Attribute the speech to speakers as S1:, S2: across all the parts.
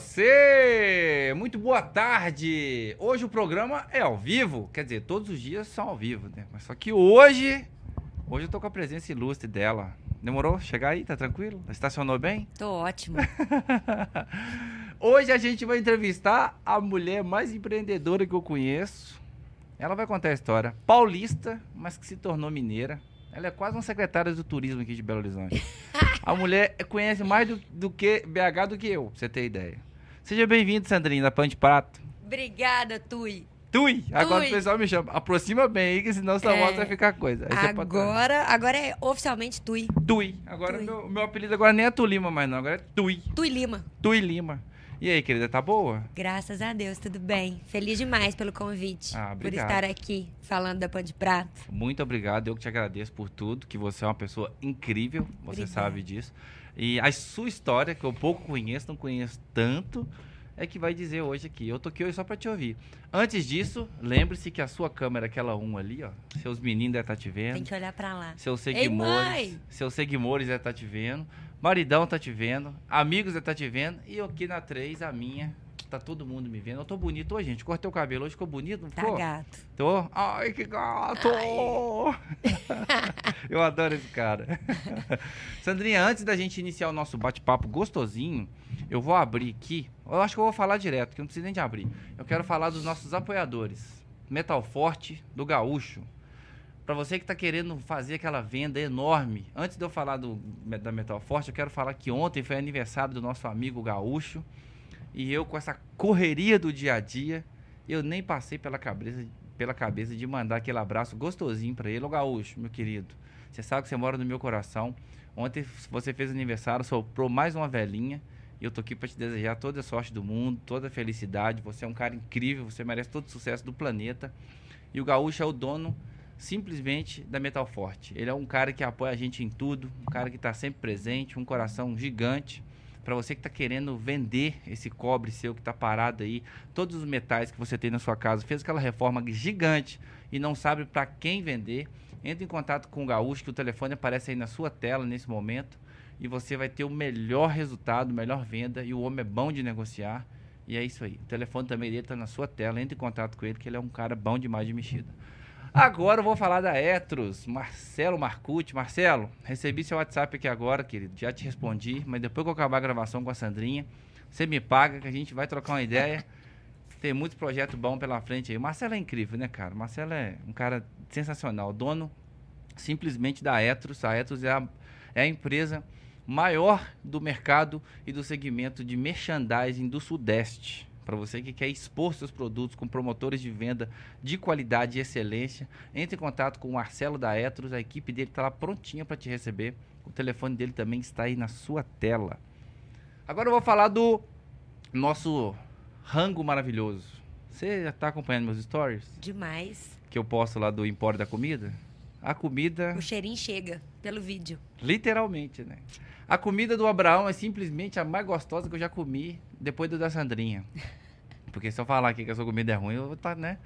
S1: você! Muito boa tarde! Hoje o programa é ao vivo, quer dizer, todos os dias são ao vivo, né? Mas só que hoje, hoje eu tô com a presença ilustre dela. Demorou chegar aí? Tá tranquilo? Estacionou bem?
S2: Tô ótimo.
S1: Hoje a gente vai entrevistar a mulher mais empreendedora que eu conheço. Ela vai contar a história. Paulista, mas que se tornou mineira. Ela é quase uma secretária do turismo aqui de Belo Horizonte. A mulher conhece mais do, do que BH do que eu, pra você ter ideia. Seja bem-vindo, Sandrinha, da Pan de Prato.
S2: Obrigada, Tui.
S1: Tui! Agora
S2: Tui.
S1: o pessoal me chama. Aproxima bem aí, que senão sua
S2: É.
S1: voz vai ficar coisa. Aí você pode-
S2: Agora, agora é oficialmente Tui.
S1: Tui. Agora
S2: Tui.
S1: Meu, meu apelido agora nem é Tu Lima mais não, agora é Tui.
S2: Tui Lima.
S1: Tui Lima. E aí, querida, tá boa?
S2: Graças a Deus, tudo bem. Feliz demais pelo convite.
S1: Ah,
S2: por
S1: obrigado.
S2: estar aqui falando da Pan de Prato.
S1: Muito obrigado, eu que te agradeço por tudo, que você é uma pessoa incrível, você
S2: Obrigada.
S1: sabe disso. E a sua história, que eu pouco conheço, não conheço tanto, é que vai dizer hoje aqui. Eu tô aqui hoje só pra te ouvir. Antes disso, lembre-se que a sua câmera, aquela 1 ali, ó, seus meninos devem estar te
S2: Tem
S1: vendo,
S2: que olhar pra lá.
S1: seus
S2: Ei,
S1: seguidores,
S2: mãe!
S1: seus seguidores devem estar te vendo, maridão tá te vendo, amigos devem estar te vendo, e eu aqui na 3, a minha, tá todo mundo me vendo. Eu tô bonito hoje, gente. Cortei o cabelo hoje, ficou bonito, não
S2: Tá
S1: ficou?
S2: gato.
S1: Tô? Ai, que gato! Eu adoro esse cara. Sandrinha, antes da gente iniciar o nosso bate-papo gostosinho, eu vou abrir aqui. Eu acho que eu vou falar direto, que eu não preciso nem de abrir. Eu quero falar dos nossos apoiadores. Metal Forte, do Gaúcho. Pra você que tá querendo fazer aquela venda enorme, antes de eu falar do, da Metal Forte, eu quero falar que ontem foi aniversário do nosso amigo Gaúcho. E eu, com essa correria do dia a dia, eu nem passei pela cabeça, pela cabeça de mandar aquele abraço gostosinho pra ele. Ô Gaúcho, meu querido, você sabe que você mora no meu coração. Ontem você fez aniversário, soprou mais uma velhinha. E eu tô aqui pra te desejar toda a sorte do mundo, toda a felicidade. Você é um cara incrível, você merece todo o sucesso do planeta. E o Gaúcho é o dono simplesmente da Metal Forte. Ele é um cara que apoia a gente em tudo, um cara que tá sempre presente, um coração gigante. Pra você que tá querendo vender esse cobre seu que tá parado aí, todos os metais que você tem na sua casa, fez aquela reforma gigante e não sabe para quem vender, entre em contato com o Gaúcho, que o telefone aparece aí na sua tela nesse momento e você vai ter o melhor resultado, melhor venda e o homem é bom de negociar. E é isso aí. O telefone também dele tá na sua tela, entre em contato com ele que ele é um cara bom demais de mexida. Agora eu vou falar da Etros, Marcelo Marcucci. Marcelo, recebi seu WhatsApp aqui agora, querido. Já te respondi, mas depois que eu acabar a gravação com a Sandrinha, você me paga que a gente vai trocar uma ideia. Tem muito projeto bom pela frente aí. O Marcelo é incrível, né, cara? O Marcelo é um cara sensacional. Dono simplesmente da Etros. A Etros é a, é a empresa maior do mercado e do segmento de merchandising do Sudeste. Para você que quer expor seus produtos com promotores de venda de qualidade e excelência, entre em contato com o Marcelo da Etros. A equipe dele está lá prontinha para te receber. O telefone dele também está aí na sua tela. Agora eu vou falar do nosso rango maravilhoso. Você já está acompanhando meus stories?
S2: Demais.
S1: Que eu posto lá do Empório da Comida? A comida
S2: O cheirinho chega pelo vídeo.
S1: Literalmente, né? A comida do Abraão é simplesmente a mais gostosa que eu já comi depois do da Sandrinha. Porque se eu falar aqui que a sua comida é ruim, eu vou estar, né?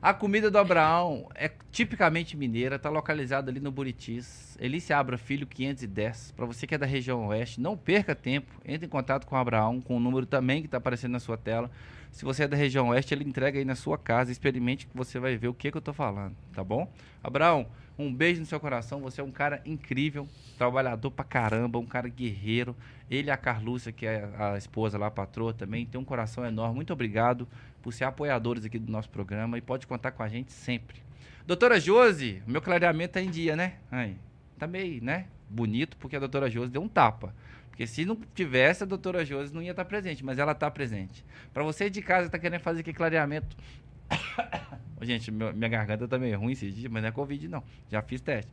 S1: A comida do Abraão é tipicamente mineira, tá localizada ali no Buritis. Elícia Abra Filho 510. Para você que é da região oeste, não perca tempo. Entre em contato com o Abraão, com o número também que tá aparecendo na sua tela. Se você é da região oeste, ele entrega aí na sua casa. Experimente que você vai ver o que, que eu tô falando, tá bom? Abraão, um beijo no seu coração. Você é um cara incrível, trabalhador pra caramba, um cara guerreiro. Ele e a Carlúcia, que é a esposa lá, a patroa também, tem um coração enorme. Muito obrigado por ser apoiadores aqui do nosso programa e pode contar com a gente sempre. Doutora Josi, meu clareamento tá em dia, né? Aí, tá meio, né? Bonito, porque a doutora Josi deu um tapa. Porque se não tivesse, a doutora Josi não ia estar presente, mas ela tá presente. Pra você de casa que tá querendo fazer aqui clareamento. Ô, Gente, meu- minha garganta tá meio ruim esses dias, mas não é Covid, não. Já fiz teste.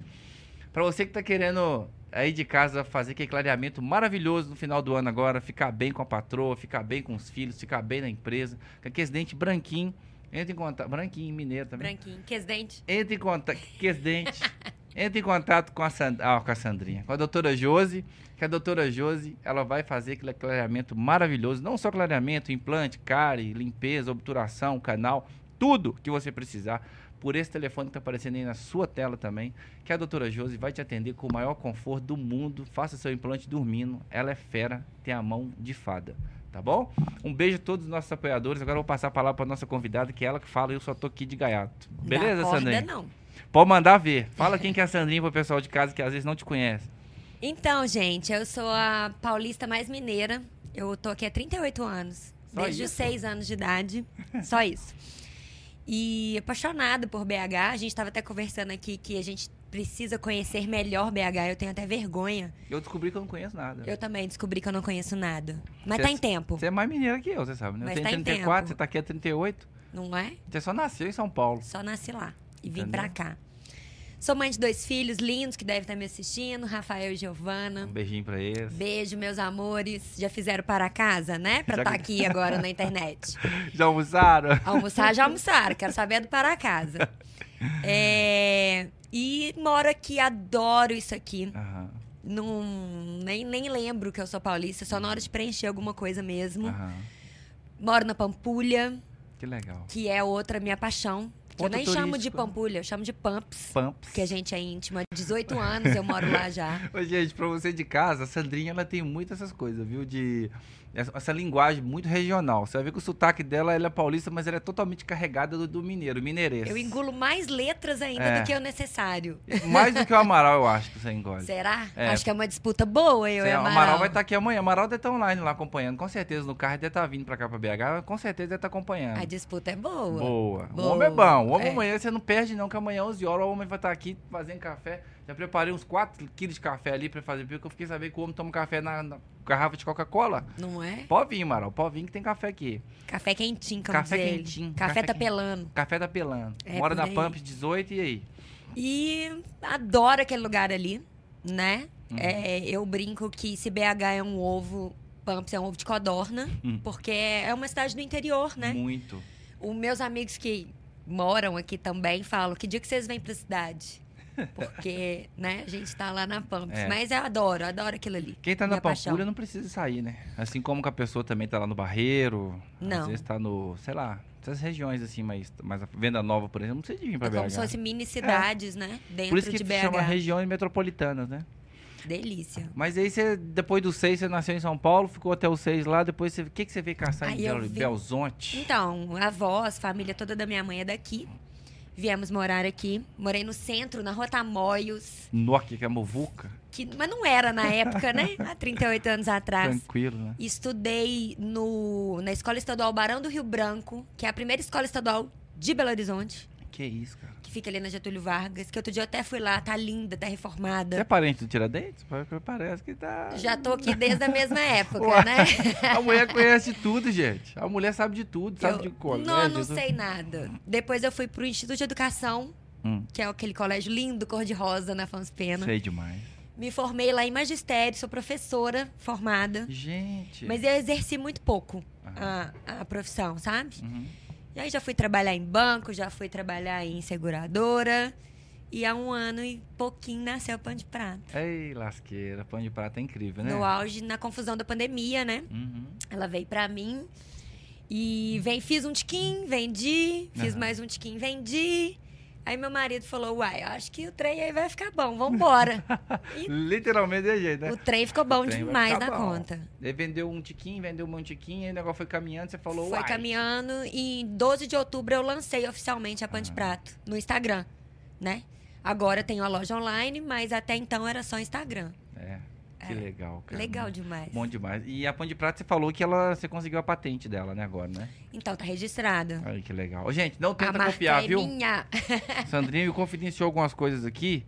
S1: Pra você que tá querendo aí de casa fazer aquele clareamento maravilhoso no final do ano agora, ficar bem com a patroa, ficar bem com os filhos, ficar bem na empresa, com aqueles dentes branquinho, entra em contato. Branquinho, mineiro também.
S2: Branquinho. Que dente.
S1: Entre em contato. Que esse dente. Entre em contato com a, Sand... ah, com a Sandrinha, com a doutora Josi, que a doutora Josi, ela vai fazer aquele clareamento maravilhoso, não só clareamento, implante, cárie, limpeza, obturação, canal, tudo que você precisar, por esse telefone que está aparecendo aí na sua tela também, que a doutora Josi vai te atender com o maior conforto do mundo, faça seu implante dormindo, ela é fera, tem a mão de fada. tá bom? Um beijo a todos os nossos apoiadores. Agora eu vou passar a palavra para nossa convidada, que é ela que fala, eu só tô aqui de gaiato. Beleza,
S2: Não acorda,
S1: Sandrinha?
S2: não.
S1: Pode mandar ver. Fala quem que é a Sandrinha pro pessoal de casa que às vezes não te conhece.
S2: Então, gente, eu sou a paulista mais mineira. Eu tô aqui há 38 anos.
S1: Só
S2: desde os
S1: isso?
S2: 6 anos de idade. Só isso. E apaixonada por BH. A gente tava até conversando aqui que a gente precisa conhecer melhor BH. Eu tenho até vergonha.
S1: Eu descobri que eu não conheço nada.
S2: Eu também descobri que eu não conheço nada. Mas
S1: Você-
S2: tá em tempo,
S1: Você é mais mineira que eu, você sabe, né?
S2: Mas
S1: eu tenho
S2: tá em
S1: 34,
S2: tempo.
S1: você tá aqui há 38.
S2: não é?
S1: Você só nasceu em São Paulo.
S2: Só nasci lá e vim
S1: Entendeu?
S2: pra cá. Sou mãe de dois filhos lindos que devem estar me assistindo, Rafael e Giovana.
S1: Um beijinho pra eles.
S2: Beijo, meus amores. Já fizeram para casa, né? Pra
S1: Já-
S2: estar aqui agora na internet.
S1: Já almoçaram?
S2: Almoçar já almoçaram, quero saber do para casa. É, E moro aqui, adoro isso aqui.
S1: Aham,
S2: Não, nem, nem lembro que eu sou paulista, só na hora de preencher alguma coisa mesmo.
S1: aham.
S2: Moro na Pampulha,
S1: Que legal.
S2: que é outra minha paixão. Que eu
S1: Ponto
S2: nem chamo de
S1: turístico.
S2: Pampulha, eu chamo de Pamps,
S1: Pamps.
S2: porque a gente é íntima. Há 18 anos eu moro lá já.
S1: Ô, gente, pra você de casa, a Sandrinha, ela tem muito essas coisas, viu? De... Essa, essa linguagem muito regional. Você vai ver que o sotaque dela, ela é paulista, mas ela é totalmente carregada do, do mineiro, mineirês.
S2: Eu engulo mais letras ainda
S1: É.
S2: do que é o necessário.
S1: Mais do que o Amaral, eu acho que você engole.
S2: Será?
S1: É.
S2: Acho que é uma disputa boa, eu
S1: Cê-
S2: e
S1: o
S2: Amaral.
S1: Amaral vai tá- estar aqui amanhã. O Amaral deve estar online lá acompanhando. Com certeza, no carro ele deve estar vindo pra cá pra BH. Com certeza deve estar acompanhando.
S2: A disputa é boa.
S1: Boa. O
S2: Boa.
S1: homem é bom. O homem
S2: É.
S1: amanhã você não perde, não, que amanhã, 11 horas, o homem vai estar aqui fazendo café. Já preparei uns 4 quilos de café ali pra fazer, porque eu fiquei sabendo que o homem toma café na, na garrafa de Coca-Cola.
S2: Não é?
S1: Pode vir, Amaral. Pode vir que tem café aqui.
S2: Café quentinho, como
S1: Café
S2: diz ele.
S1: quentinho,
S2: Café,
S1: café
S2: tá
S1: quentinho.
S2: pelando.
S1: Café da Pelando.
S2: É,
S1: Mora
S2: por
S1: na
S2: aí.
S1: Pump 18 e aí?
S2: E adoro aquele lugar ali, né?
S1: Uhum.
S2: É, eu brinco que se BH é um ovo, Pamps é um ovo de codorna,
S1: Hum.
S2: porque é uma cidade do interior, né?
S1: Muito.
S2: Os meus amigos que moram aqui também falam, que dia que vocês vêm pra cidade? Porque, né, a gente tá lá na Pamps.
S1: É.
S2: Mas eu adoro, adoro aquilo ali.
S1: Quem tá na
S2: Minha paixão.
S1: Pampulha não precisa sair, né? Assim como que a pessoa também tá lá no Barreiro. Às
S2: Não.
S1: vezes tá no, sei lá, essas regiões assim, mas, mas a Venda Nova, por exemplo, não precisa de vir pra
S2: É
S1: BH.
S2: como se fossem mini cidades, né? Dentro
S1: por isso que
S2: de
S1: se chama
S2: BH.
S1: regiões metropolitanas, né?
S2: Delícia.
S1: Mas aí você, depois dos seis, você nasceu em São Paulo, ficou até os seis lá, depois você. O que, que você veio caçar em
S2: Aí eu
S1: Belo,
S2: vim-
S1: Belzonte?
S2: Então, avós, família toda da minha mãe é daqui. Viemos morar aqui. Morei no centro, na Rua Tamoios,
S1: Nokia, que é Movuca.
S2: que, mas não era na época, né? Há 38 anos atrás.
S1: Tranquilo, né?
S2: Estudei no, na Escola Estadual Barão do Rio Branco, que é a primeira escola estadual de Belo Horizonte,
S1: Que isso, cara.
S2: que fica ali na Getúlio Vargas, que outro dia eu até fui lá, tá linda, tá
S1: Você é
S2: reformada.
S1: parente do Tiradentes? Pa- pa- Parece que tá.
S2: Já tô aqui desde a mesma época,
S1: Uai.
S2: né?
S1: A mulher conhece tudo, gente. A mulher sabe de tudo, sabe de um né, colégio.
S2: não, não
S1: tudo.
S2: sei nada. Depois eu fui pro Instituto de Educação,
S1: Hum.
S2: que é aquele colégio lindo, cor-de-rosa, na Fons Pena.
S1: Sei demais.
S2: Me formei lá em magistério, sou professora formada.
S1: Gente.
S2: Mas eu exerci muito pouco
S1: Aham.
S2: a, a profissão, sabe?
S1: Uhum.
S2: E aí já fui trabalhar em banco, já fui trabalhar em seguradora. E há um ano e pouquinho nasceu o Pão de Prata.
S1: Ei, lasqueira. Pão de prata é incrível, né?
S2: No auge, na confusão da pandemia, né?
S1: Uhum.
S2: Ela veio pra mim e vem, fiz um tiquinho, vendi, fiz
S1: Aham.
S2: mais um tiquinho, vendi. Aí meu marido falou, uai, eu acho que o trem aí vai ficar bom, vambora. E
S1: Literalmente é jeito, né?
S2: o trem ficou bom
S1: O trem vai
S2: demais
S1: ficar
S2: na
S1: bom.
S2: conta.
S1: Ele vendeu um tiquinho, vendeu um tiquinho, aí o negócio foi caminhando, você falou,
S2: Foi
S1: uai.
S2: caminhando e em 12 de outubro eu lancei oficialmente a Pan de
S1: Ah.
S2: Prato no Instagram, né? Agora eu tenho a loja online, mas até então era só Instagram.
S1: É, que
S2: É.
S1: legal, cara.
S2: Legal demais.
S1: Bom demais. E a Pão de Prata, você falou que ela, você conseguiu a patente dela, né, agora, né?
S2: Então tá registrada.
S1: Olha que legal. Ô, Gente, não
S2: A né?
S1: tenta
S2: marca
S1: copiar,
S2: é
S1: viu?
S2: minha.
S1: Sandrinho me confidenciou algumas coisas aqui,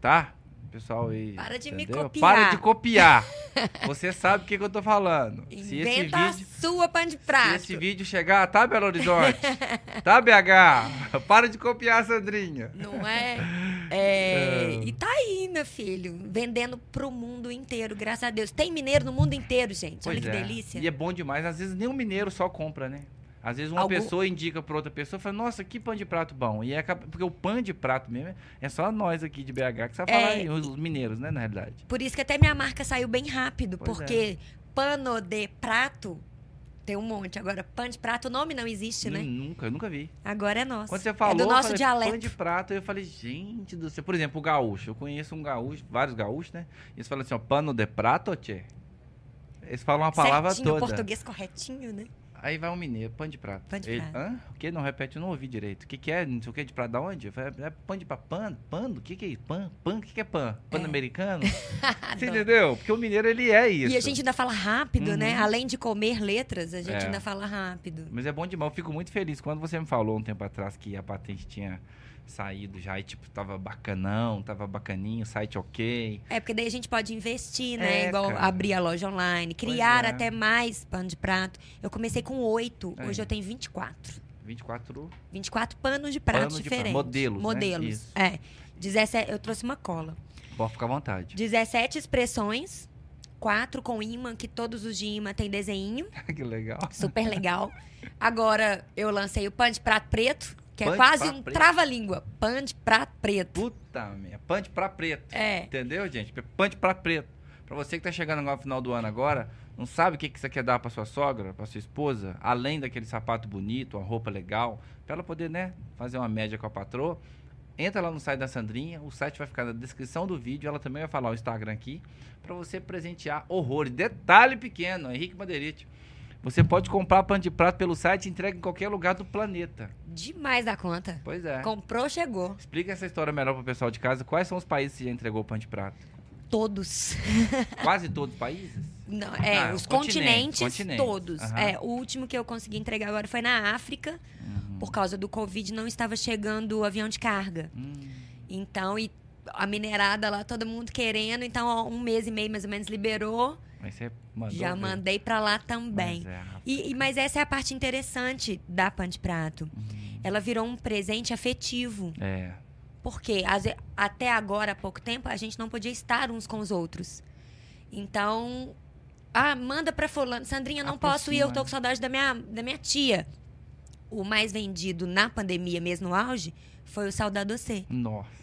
S1: tá? Pessoal aí.
S2: Para de me
S1: entendeu?
S2: copiar.
S1: Para de copiar. Você sabe o que, que eu tô falando. Se esse
S2: Inventa
S1: vídeo.
S2: a sua Pan de
S1: Se
S2: Prato.
S1: esse vídeo chegar, tá, Belo Horizonte? tá, BH? Para de copiar, Sandrinha.
S2: Não é? É, E tá aí, meu filho. Vendendo pro mundo inteiro, graças a Deus. Tem mineiro no mundo inteiro, gente. Olha
S1: Pois
S2: que
S1: é.
S2: delícia.
S1: E é bom demais. Às vezes nem um mineiro só compra, né? Às vezes uma
S2: Algum-
S1: pessoa indica pra outra pessoa e fala, nossa, que pão de prato bom. E é acaba- porque o pão de prato mesmo é só nós aqui de BH que sabe
S2: É.
S1: falar, e os os mineiros, né, na realidade.
S2: Por isso que até minha marca saiu bem rápido,
S1: Pois é.
S2: porque pano de prato tem um monte. Agora, pano de prato, o nome não existe, né?
S1: Nu- Nunca, eu nunca vi.
S2: Agora é nosso.
S1: Quando você falou,
S2: é do nosso
S1: eu falei,
S2: dialeto.
S1: pão de prato, eu falei, gente do céu. Por exemplo, o gaúcho. Eu conheço um gaúcho, vários gaúchos, né? Eles falam assim, ó, pano de prato, tchê. Eles falam a palavra
S2: Certinho,
S1: toda.
S2: português corretinho, né?
S1: Aí vai um mineiro, pão de prato.
S2: Pão de
S1: Ele,
S2: prato.
S1: Hã? O que? Não repete, eu não ouvi direito. O que, que é? Não sei o que de prato, da onde? Eu falei, é pão de prato. Pan? Pan? O que, que é isso? Pan? Pan? O que, que é pan? Pan-americano? Você
S2: Adoro.
S1: entendeu? Porque o mineiro, ele é isso.
S2: E a gente ainda fala rápido, né?
S1: Uhum.
S2: Além de comer letras, a gente
S1: É.
S2: ainda fala rápido.
S1: Mas é bom demais, eu fico muito feliz. Quando você me falou um tempo atrás que a patente tinha saído já e, tipo, tava bacanão, tava bacaninho, site ok.
S2: É, porque daí a gente pode investir, né?
S1: É,
S2: Igual
S1: cara.
S2: abrir a loja online, criar
S1: é.
S2: até mais pano de prato. Eu comecei com oito,
S1: Aí.
S2: hoje eu tenho 24.
S1: 24.
S2: 24 panos de prato
S1: Pano de prato,
S2: diferentes.
S1: modelos, né?
S2: Modelos.
S1: Isso.
S2: É. 17, eu trouxe uma cola.
S1: Pode ficar à vontade.
S2: 17 expressões, quatro com imã, que todos os de imã tem desenho.
S1: que legal.
S2: Super legal. Agora eu lancei o pan de prato preto, que
S1: Pan
S2: é
S1: de
S2: quase
S1: prato
S2: um
S1: preto.
S2: trava-língua. Pan de prato preto.
S1: Puta minha. Pante pra preto.
S2: É.
S1: Entendeu, gente? Pante pra preto. Pra você que tá chegando agora no final do ano agora, não sabe o que, que você quer dar pra sua sogra, pra sua esposa, além daquele sapato bonito, uma roupa legal, pra ela poder, né, fazer uma média com a patroa. Entra lá no site da Sandrinha, o site vai ficar na descrição do vídeo, ela também vai falar o Instagram aqui, pra você presentear horrores. Detalhe pequeno, Henrique Banderite. Você pode comprar pano de prato pelo site e entrega em qualquer lugar do planeta.
S2: Demais da conta.
S1: Pois é.
S2: Comprou, chegou.
S1: Explica essa história melhor pro pessoal de casa. Quais são os países que já entregou o pão de prato?
S2: Todos.
S1: Quase todos os países?
S2: Não, é,
S1: Ah,
S2: os
S1: continentes,
S2: continentes,
S1: continentes.
S2: todos.
S1: Aham. Hum.
S2: É, o último que eu consegui entregar agora foi na África.
S1: Uhum.
S2: Por causa do Covid, não estava chegando o avião de carga.
S1: Hum,
S2: Então, e a minerada lá, todo mundo querendo. Então, ó, um mês e meio mais ou menos liberou.
S1: mas você mandou.
S2: já
S1: ver.
S2: mandei pra lá
S1: Mas
S2: também.
S1: é, rapaz.
S2: E, e- mas essa é a parte interessante da Pan de Prato. Ela virou um presente afetivo.
S1: É,
S2: Porque às ve- até agora, há pouco tempo, a gente não podia estar uns com os outros. Então, ah, manda pra fulano. Sandrinha, não posso ir, eu
S1: Aproxima.
S2: tô
S1: né?"
S2: com saudade da minha, da minha tia. O mais vendido na pandemia, mesmo no auge, foi o Saudar Você.
S1: nossa.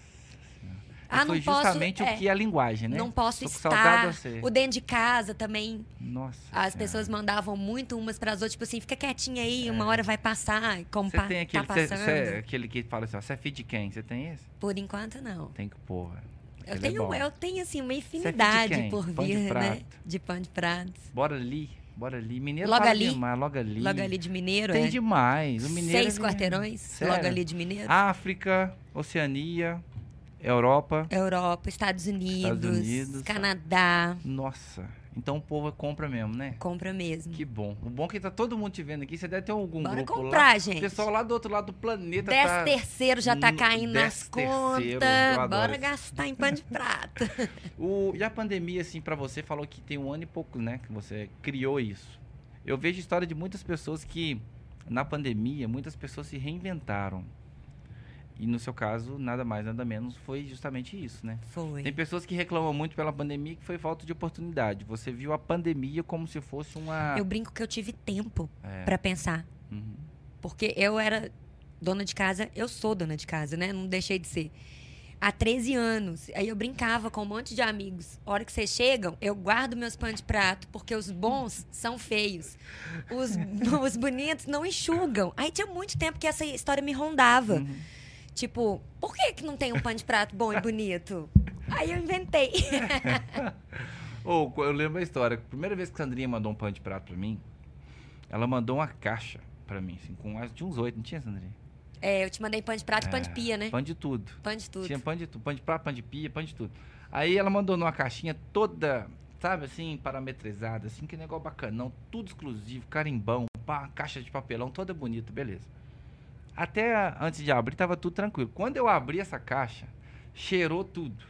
S2: Ah,
S1: É, foi
S2: não posso.
S1: justamente
S2: é,
S1: o que é a linguagem, né?
S2: Não posso
S1: Tô com
S2: estar.
S1: saudade de você.
S2: O Ah, dentro de casa também.
S1: Nossa.
S2: As
S1: senhora.
S2: pessoas mandavam muito umas pras outras, tipo assim, fica quietinha aí, uma hora vai passar, como
S1: Você
S2: pa-
S1: tem aquele,
S2: tá
S1: É. cê- cê-
S2: passando.
S1: aquele que fala assim, ó, você é filho de quem? Você tem esse?
S2: Por enquanto, não.
S1: Tem que porra.
S2: Eu
S1: Ele é
S2: tenho,
S1: bom.
S2: eu tenho, assim, uma
S1: é de quem?
S2: infinidade por
S1: Pão de
S2: vir, né?
S1: prato.
S2: De pão de prato.
S1: Bora ali, bora ali. Mineiro
S2: Logo
S1: fala
S2: ali?
S1: demais, logo ali.
S2: Logo ali de Mineiro,
S1: Tem
S2: é?
S1: demais. O mineiro,
S2: Seis
S1: ele-
S2: quarteirões,
S1: Sério? Ah.
S2: logo ali de Mineiro.
S1: África, Oceania, Europa.
S2: Europa, Estados Unidos,
S1: Unidos. tá.
S2: Canadá.
S1: Nossa. Então o povo compra mesmo, né?
S2: Compra mesmo.
S1: Que bom. O bom é que tá todo mundo te vendo aqui. Você deve ter algum
S2: Bora
S1: grupo
S2: comprar,
S1: lá. O
S2: gente.
S1: pessoal tá lá do outro lado do planeta
S2: Dez
S1: tá...
S2: terceiro já tá
S1: No-
S2: caindo
S1: dez
S2: nas
S1: terceiro, eu adoro
S2: contas. Bora
S1: isso.
S2: gastar em pão de prato.
S1: O... E a pandemia, assim, pra você, falou que tem um ano e pouco, né? Que você criou isso. Eu vejo história de muitas pessoas que, na pandemia, muitas pessoas se reinventaram. E no seu caso, nada mais, nada menos, foi justamente isso, né?
S2: Foi.
S1: Tem pessoas que reclamam muito pela pandemia que foi falta de oportunidade. Você viu a pandemia como se fosse uma...
S2: Eu brinco que eu tive tempo
S1: É.
S2: pra pensar.
S1: Uhum.
S2: Porque eu era dona de casa, eu sou dona de casa, né? Não deixei de ser. Há 13 anos. Aí eu brincava com um monte de amigos. A hora que vocês chegam, eu guardo meus pães de prato, porque os bons são feios. Os, os bonitos não enxugam. Aí tinha muito tempo que essa história me rondava.
S1: Uhum.
S2: Tipo, por que, que não tem um pão de prato bom e bonito? Aí eu inventei.
S1: Ou, eu lembro a história. A primeira vez que a Sandrinha mandou um pão de prato pra mim, ela mandou uma caixa pra mim, assim, com acho de uns oito, não tinha, Sandrinha?
S2: É, eu te mandei pão de prato e pão de pia, né?
S1: Pão de tudo.
S2: Pão de tudo.
S1: É. Tinha pão de tudo, pão de prato, pão de pia, pão de tudo. Aí ela mandou numa caixinha toda, sabe, assim, parametrizada, assim, que negócio bacanão, tudo exclusivo, carimbão, pá, caixa de papelão, toda bonita, beleza. Até antes de abrir, tava tudo tranquilo. Quando eu abri essa caixa, cheirou tudo.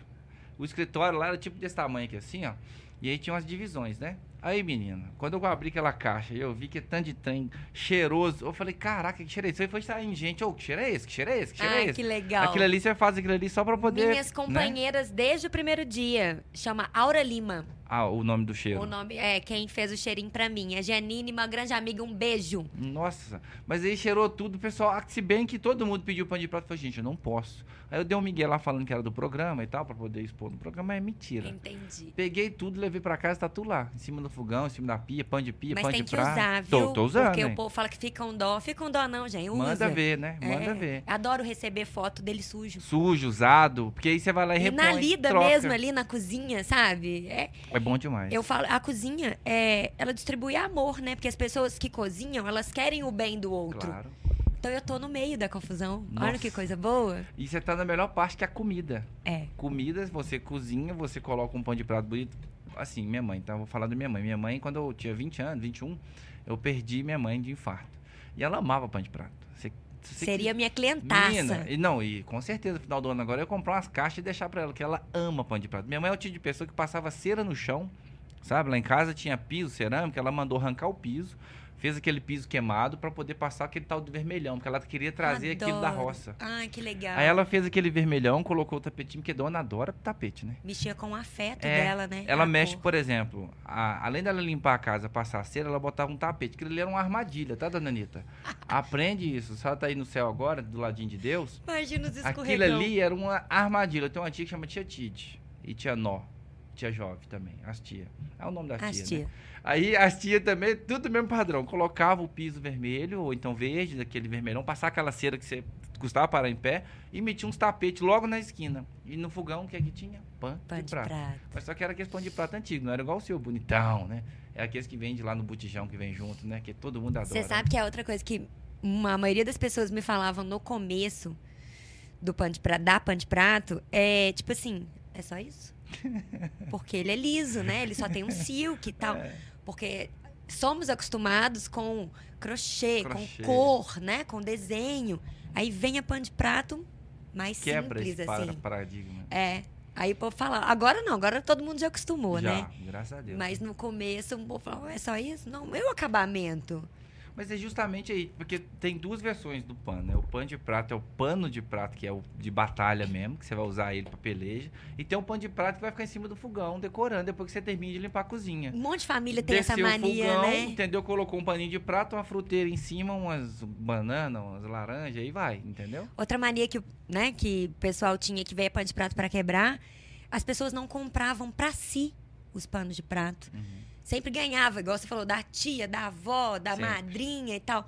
S1: O escritório lá era tipo desse tamanho aqui, assim, ó. E aí tinha umas divisões, né? Aí, menina, quando eu abri aquela caixa e eu vi que é tanto de trem cheiroso, eu falei, caraca, que cheiro é esse? Aí foi saindo gente, ô, que cheiro é esse? Que cheiro é esse? Que cheiro é
S2: Ai,
S1: esse?
S2: Ah, que legal.
S1: Aquilo ali você faz aquilo ali só pra poder. né?
S2: Minhas companheiras desde o primeiro dia. Chama Aura Lima.
S1: né? Ah, o nome do cheiro.
S2: O nome é quem fez o cheirinho pra mim. É Janine, uma grande amiga. Um beijo.
S1: Nossa, mas aí cheirou tudo, pessoal. ah, Se bem que todo mundo pediu pão de prato, eu falei, gente, eu não posso. Aí eu dei um migué lá falando que era do programa e tal, pra poder expor no programa, mas é mentira.
S2: Entendi.
S1: Peguei tudo, levei pra casa, tá tudo lá. Em cima do fogão, em cima da pia, pão de pia,
S2: Mas
S1: pão
S2: tem
S1: de
S2: que
S1: prato.
S2: usar, viu?
S1: Tô, tô usando.
S2: Porque
S1: hein?
S2: o povo fala que fica um dó. Fica um dó não, gente. Usa.
S1: Manda ver, né?
S2: É.
S1: Manda ver.
S2: Adoro receber foto dele sujo.
S1: Sujo, usado, porque aí você vai lá e,
S2: E
S1: repõe.
S2: na lida
S1: troca.
S2: mesmo, ali na cozinha, sabe? É,
S1: É bom demais.
S2: Eu falo, a cozinha, é, ela distribui amor, né? Porque as pessoas que cozinham, elas querem o bem do outro.
S1: Claro.
S2: Então eu tô no meio da confusão.
S1: Nossa.
S2: Olha que coisa boa.
S1: E você tá na melhor parte que é a comida.
S2: É.
S1: Comida, você cozinha, você coloca um pão de prato bonito. Assim, minha mãe, tá? Vou falar da minha mãe. Minha mãe, quando eu tinha 20 anos, 21, eu perdi minha mãe de infarto. E ela amava pão de prato. Você- se você
S2: Seria minha clientaça.
S1: Menina, e não, e com certeza no final do ano agora eu ia comprar umas caixas e deixar pra ela, que ela ama pão de prato. Minha mãe é o tipo de pessoa que passava cera no chão, sabe? Lá em casa tinha piso, cerâmica, ela mandou arrancar o piso, fez aquele piso queimado pra poder passar aquele tal de vermelhão, porque ela queria trazer aquilo da
S2: Adoro.
S1: roça.
S2: Ai, que legal.
S1: Aí ela fez aquele vermelhão, colocou o tapetinho, porque dona adora tapete, né?
S2: Mexia com o afeto
S1: É,
S2: dela, né?
S1: Ela
S2: A
S1: mexe,
S2: cor.
S1: por exemplo, a- além dela limpar a casa, passar a cera, ela botava um tapete. Aquilo ali era uma armadilha, tá, dona Anitta? Aprende isso. Se ela tá aí no céu agora, do ladinho de Deus,
S2: Imagina os
S1: Aquilo
S2: escorregão.
S1: ali era uma armadilha. Eu tenho uma tia que chama tia Tite. E tia Nó. Tia Jove também. As tia. É o nome das
S2: As
S1: tias,
S2: tia.
S1: né? Aí as tia também, tudo do mesmo padrão. Colocava o piso vermelho, ou então verde, daquele vermelhão, passar aquela cera que você custava parar em pé, e metia uns tapetes logo na esquina. E no fogão, o que é que tinha? Pão,
S2: Pão
S1: de
S2: de
S1: prato.
S2: prato.
S1: Mas só que era aquele pão de prato antigo, não era igual o seu, bonitão, né? É aqueles que vende lá no botijão, que vem junto, né? Que todo mundo adora.
S2: Você sabe que é outra coisa que uma- a maioria das pessoas me falavam no começo do pão de prato, da pão de prato, é tipo assim, é só isso? Porque ele é liso, né? Ele só tem um silk e tal.
S1: É.
S2: Porque somos acostumados com crochê,
S1: Crochê.
S2: com cor, né? Com desenho. Aí vem a pão de prato mais
S1: Quebra
S2: simples,
S1: esse
S2: assim.
S1: para- paradigma.
S2: É. Aí o povo fala, agora não, agora todo mundo já acostumou,
S1: Já,
S2: né?
S1: graças a Deus.
S2: Mas no começo o povo falava, é só isso? Não, é o acabamento.
S1: Mas é justamente aí, porque tem duas versões do pano, né? O pano de prato é o pano de prato, que é o de batalha mesmo, que você vai usar ele pra peleja. E tem o pano de prato que vai ficar em cima do fogão, decorando, depois que você termina de limpar a cozinha.
S2: Um monte de família tem essa
S1: Desceu o
S2: mania,
S1: fogão,
S2: né?
S1: entendeu? Colocou um paninho de prato, uma fruteira em cima, umas bananas, umas laranjas, aí vai, entendeu?
S2: Outra mania que, o- né, que o pessoal tinha que veio pano de prato para quebrar, as pessoas não compravam para si os panos de prato.
S1: Uhum.
S2: Sempre ganhava, igual você falou, da tia, da avó, da
S1: Sempre.
S2: madrinha e tal.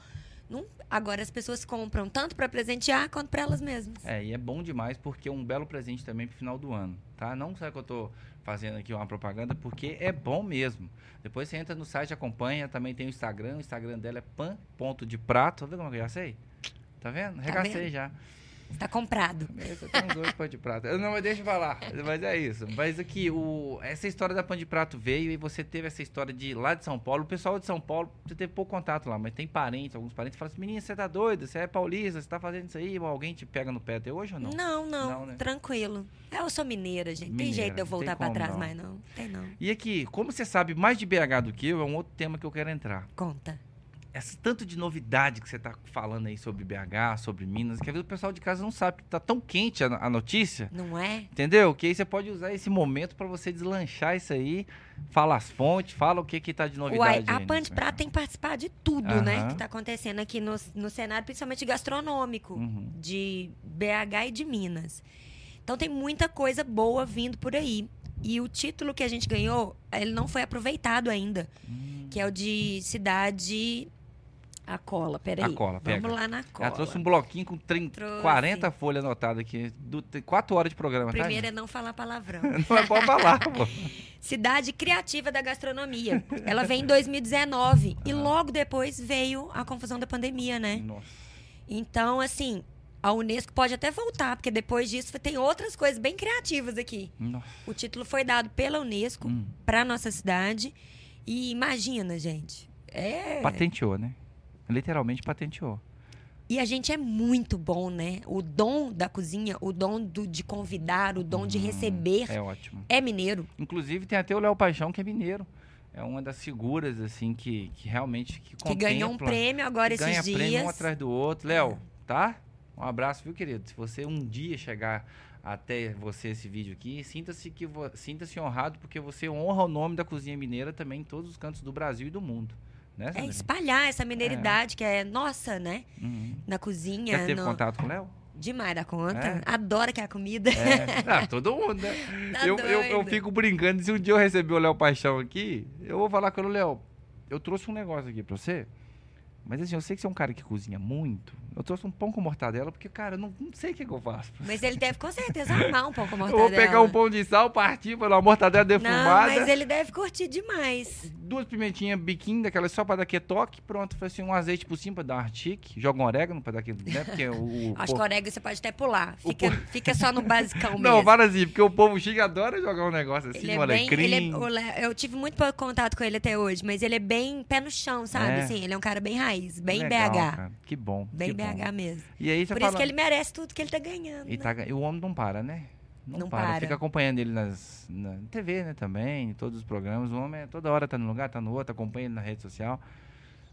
S2: Não- agora as pessoas compram tanto para presentear quanto para elas mesmas.
S1: É, e é bom demais porque é um belo presente também pro final do ano, tá? Não sabe que eu tô fazendo aqui uma propaganda, porque é bom mesmo. Depois você entra no site, acompanha, também tem o Instagram, o Instagram dela é pan.deprato. Tá vendo como eu já sei? Tá vendo? Regacei
S2: vendo?
S1: já.
S2: Está Tá comprado.
S1: Beleza, tem uns dois pão de prato. Eu Não, mas deixa eu falar. Mas é isso. Mas aqui, o, essa história da pão de prato veio e você teve essa história de lá de São Paulo. O pessoal de São Paulo, você teve pouco contato lá, mas tem parentes, alguns parentes que falam assim: menina, você tá doida? Você é paulista? Você tá fazendo isso aí? Alguém te pega no pé até hoje ou Ah, não?
S2: Não, não,
S1: Não, né?
S2: tranquilo. É, Eu sou mineira, gente.
S1: Mineira,
S2: tem jeito de eu
S1: não tem
S2: voltar para
S1: como,
S2: trás,
S1: não.
S2: mas não. Tem não.
S1: E aqui, como você sabe mais de BH do que eu, é um outro tema que eu quero entrar.
S2: Conta.
S1: Esse tanto de novidade que você tá falando aí sobre BH, sobre Minas, que às vezes o pessoal de casa não sabe, porque tá tão quente a, a notícia,
S2: Não é?
S1: entendeu? Que aí você pode usar esse momento para você deslanchar isso aí, fala as fontes, fala o que que tá de novidade.
S2: Uai, a
S1: aí
S2: Pan
S1: nesse
S2: de é Prato tem que participar de tudo, né?
S1: Aham.
S2: Que tá acontecendo aqui no, no cenário, principalmente gastronômico,
S1: Uhum.
S2: de BH e de Minas. Então tem muita coisa boa vindo por aí. E o título que a gente ganhou, ele não foi aproveitado ainda,
S1: Hum.
S2: que é o de cidade. A cola, peraí.
S1: A cola, pega.
S2: Vamos lá na
S1: Ela
S2: cola.
S1: trouxe um bloquinho com 30,
S2: Trouxe.
S1: 40 folhas anotadas aqui, do, tem 4 horas de programa,
S2: Primeiro
S1: tá?
S2: é não falar palavrão.
S1: gente? Não é bom falar, pô.
S2: Cidade Criativa da Gastronomia. Ela veio em 2019. E logo depois veio a confusão da pandemia, né?
S1: Nossa.
S2: Então, assim, a Unesco pode até voltar, porque depois disso tem outras coisas bem criativas aqui.
S1: Nossa.
S2: O título foi dado pela Unesco
S1: Hum.
S2: para nossa cidade. E imagina, gente. É.
S1: Patenteou, né? Literalmente patenteou.
S2: E a gente é muito bom, né? O dom da cozinha, o dom do- de convidar, o dom de
S1: Hum,
S2: receber
S1: É ótimo.
S2: é mineiro.
S1: Inclusive, tem até o Léo Paixão, que é mineiro. É uma das figuras, assim, que, que realmente que
S2: Que
S1: contempla.
S2: ganhou um prêmio agora
S1: que
S2: esses
S1: ganha prêmio
S2: dias. É.
S1: um atrás do outro. Léo, tá? Um abraço, viu, querido? Se você um dia chegar até você esse vídeo aqui, sinta-se que vo- sinta-se honrado, porque você honra o nome da cozinha mineira também em todos os cantos do Brasil e do mundo. Né,
S2: É
S1: Sandrinha?
S2: espalhar essa mineridade que é nossa, né?
S1: Uhum.
S2: Na cozinha.
S1: Já teve
S2: no-
S1: contato com o Léo?
S2: Demais da
S1: É.
S2: conta. Adoro que é a comida.
S1: É. Ah, todo mundo, né?
S2: Tá
S1: eu, eu, eu
S2: doido.
S1: fico brincando. Se um dia eu receber o Léo Paixão aqui, eu vou falar com ele, Léo, eu trouxe um negócio aqui pra você. Mas assim, eu sei que você é um cara que cozinha muito. Eu trouxe um pão com mortadela, porque, cara, eu não, não sei o que, que eu faço.
S2: Mas ele deve com certeza amar um pouco a
S1: Eu
S2: mortadela.
S1: vou pegar um pão de sal, partir para uma mortadela
S2: Não,
S1: defumada.
S2: mas ele deve curtir demais.
S1: Duas pimentinhas biquinho, daquelas só pra dar que toque, pronto. Falei assim, um azeite por cima pra dar um tique. Joga um orégano pra dar que né? Porque o. o
S2: Acho que
S1: povo-
S2: orégano você pode até pular. Fica, fica só no basicão mesmo.
S1: Não, para assim, porque o povo chique adora jogar um negócio assim,
S2: Ele
S1: um
S2: é bem,
S1: alecrim.
S2: ele é- o Le- eu tive muito pouco contato com ele até hoje, mas ele é bem pé no chão, sabe?
S1: É.
S2: Assim, ele é um cara bem raiz, bem
S1: Legal,
S2: BH.
S1: cara. Que bom.
S2: Bem
S1: que bom.
S2: BH mesmo.
S1: E aí você
S2: Por
S1: fala.
S2: isso que ele merece tudo que ele tá ganhando.
S1: E,
S2: né?
S1: tá ga- e o homem não para, né? Não,
S2: Não
S1: para.
S2: para.
S1: Fica acompanhando ele nas, na TV, né, também, em todos os programas. O homem é- toda hora tá num lugar, tá no outro, acompanha ele na rede social.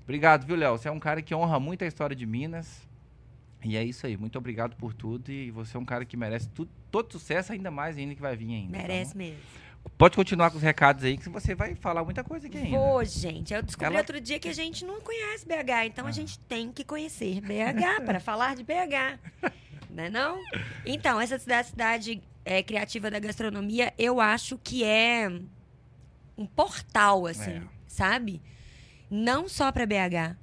S1: Obrigado, viu, Léo? Você é um cara que honra muito a história de Minas. E é isso aí. Muito obrigado por tudo. E você é um cara que merece tu- todo sucesso, ainda mais ainda que vai vir ainda. tá
S2: Merece
S1: bom?
S2: mesmo.
S1: Pode continuar com os recados aí, que você vai falar muita coisa aqui ainda.
S2: Pô, gente, eu descobri
S1: Ela- Ah.
S2: outro dia que a gente não conhece BH, então a gente tem que conhecer BH para falar de BH. Não é não? Então, essa cidade, cidade é, criativa da gastronomia, eu acho que é um portal, assim,
S1: É.
S2: sabe? Não só para BH,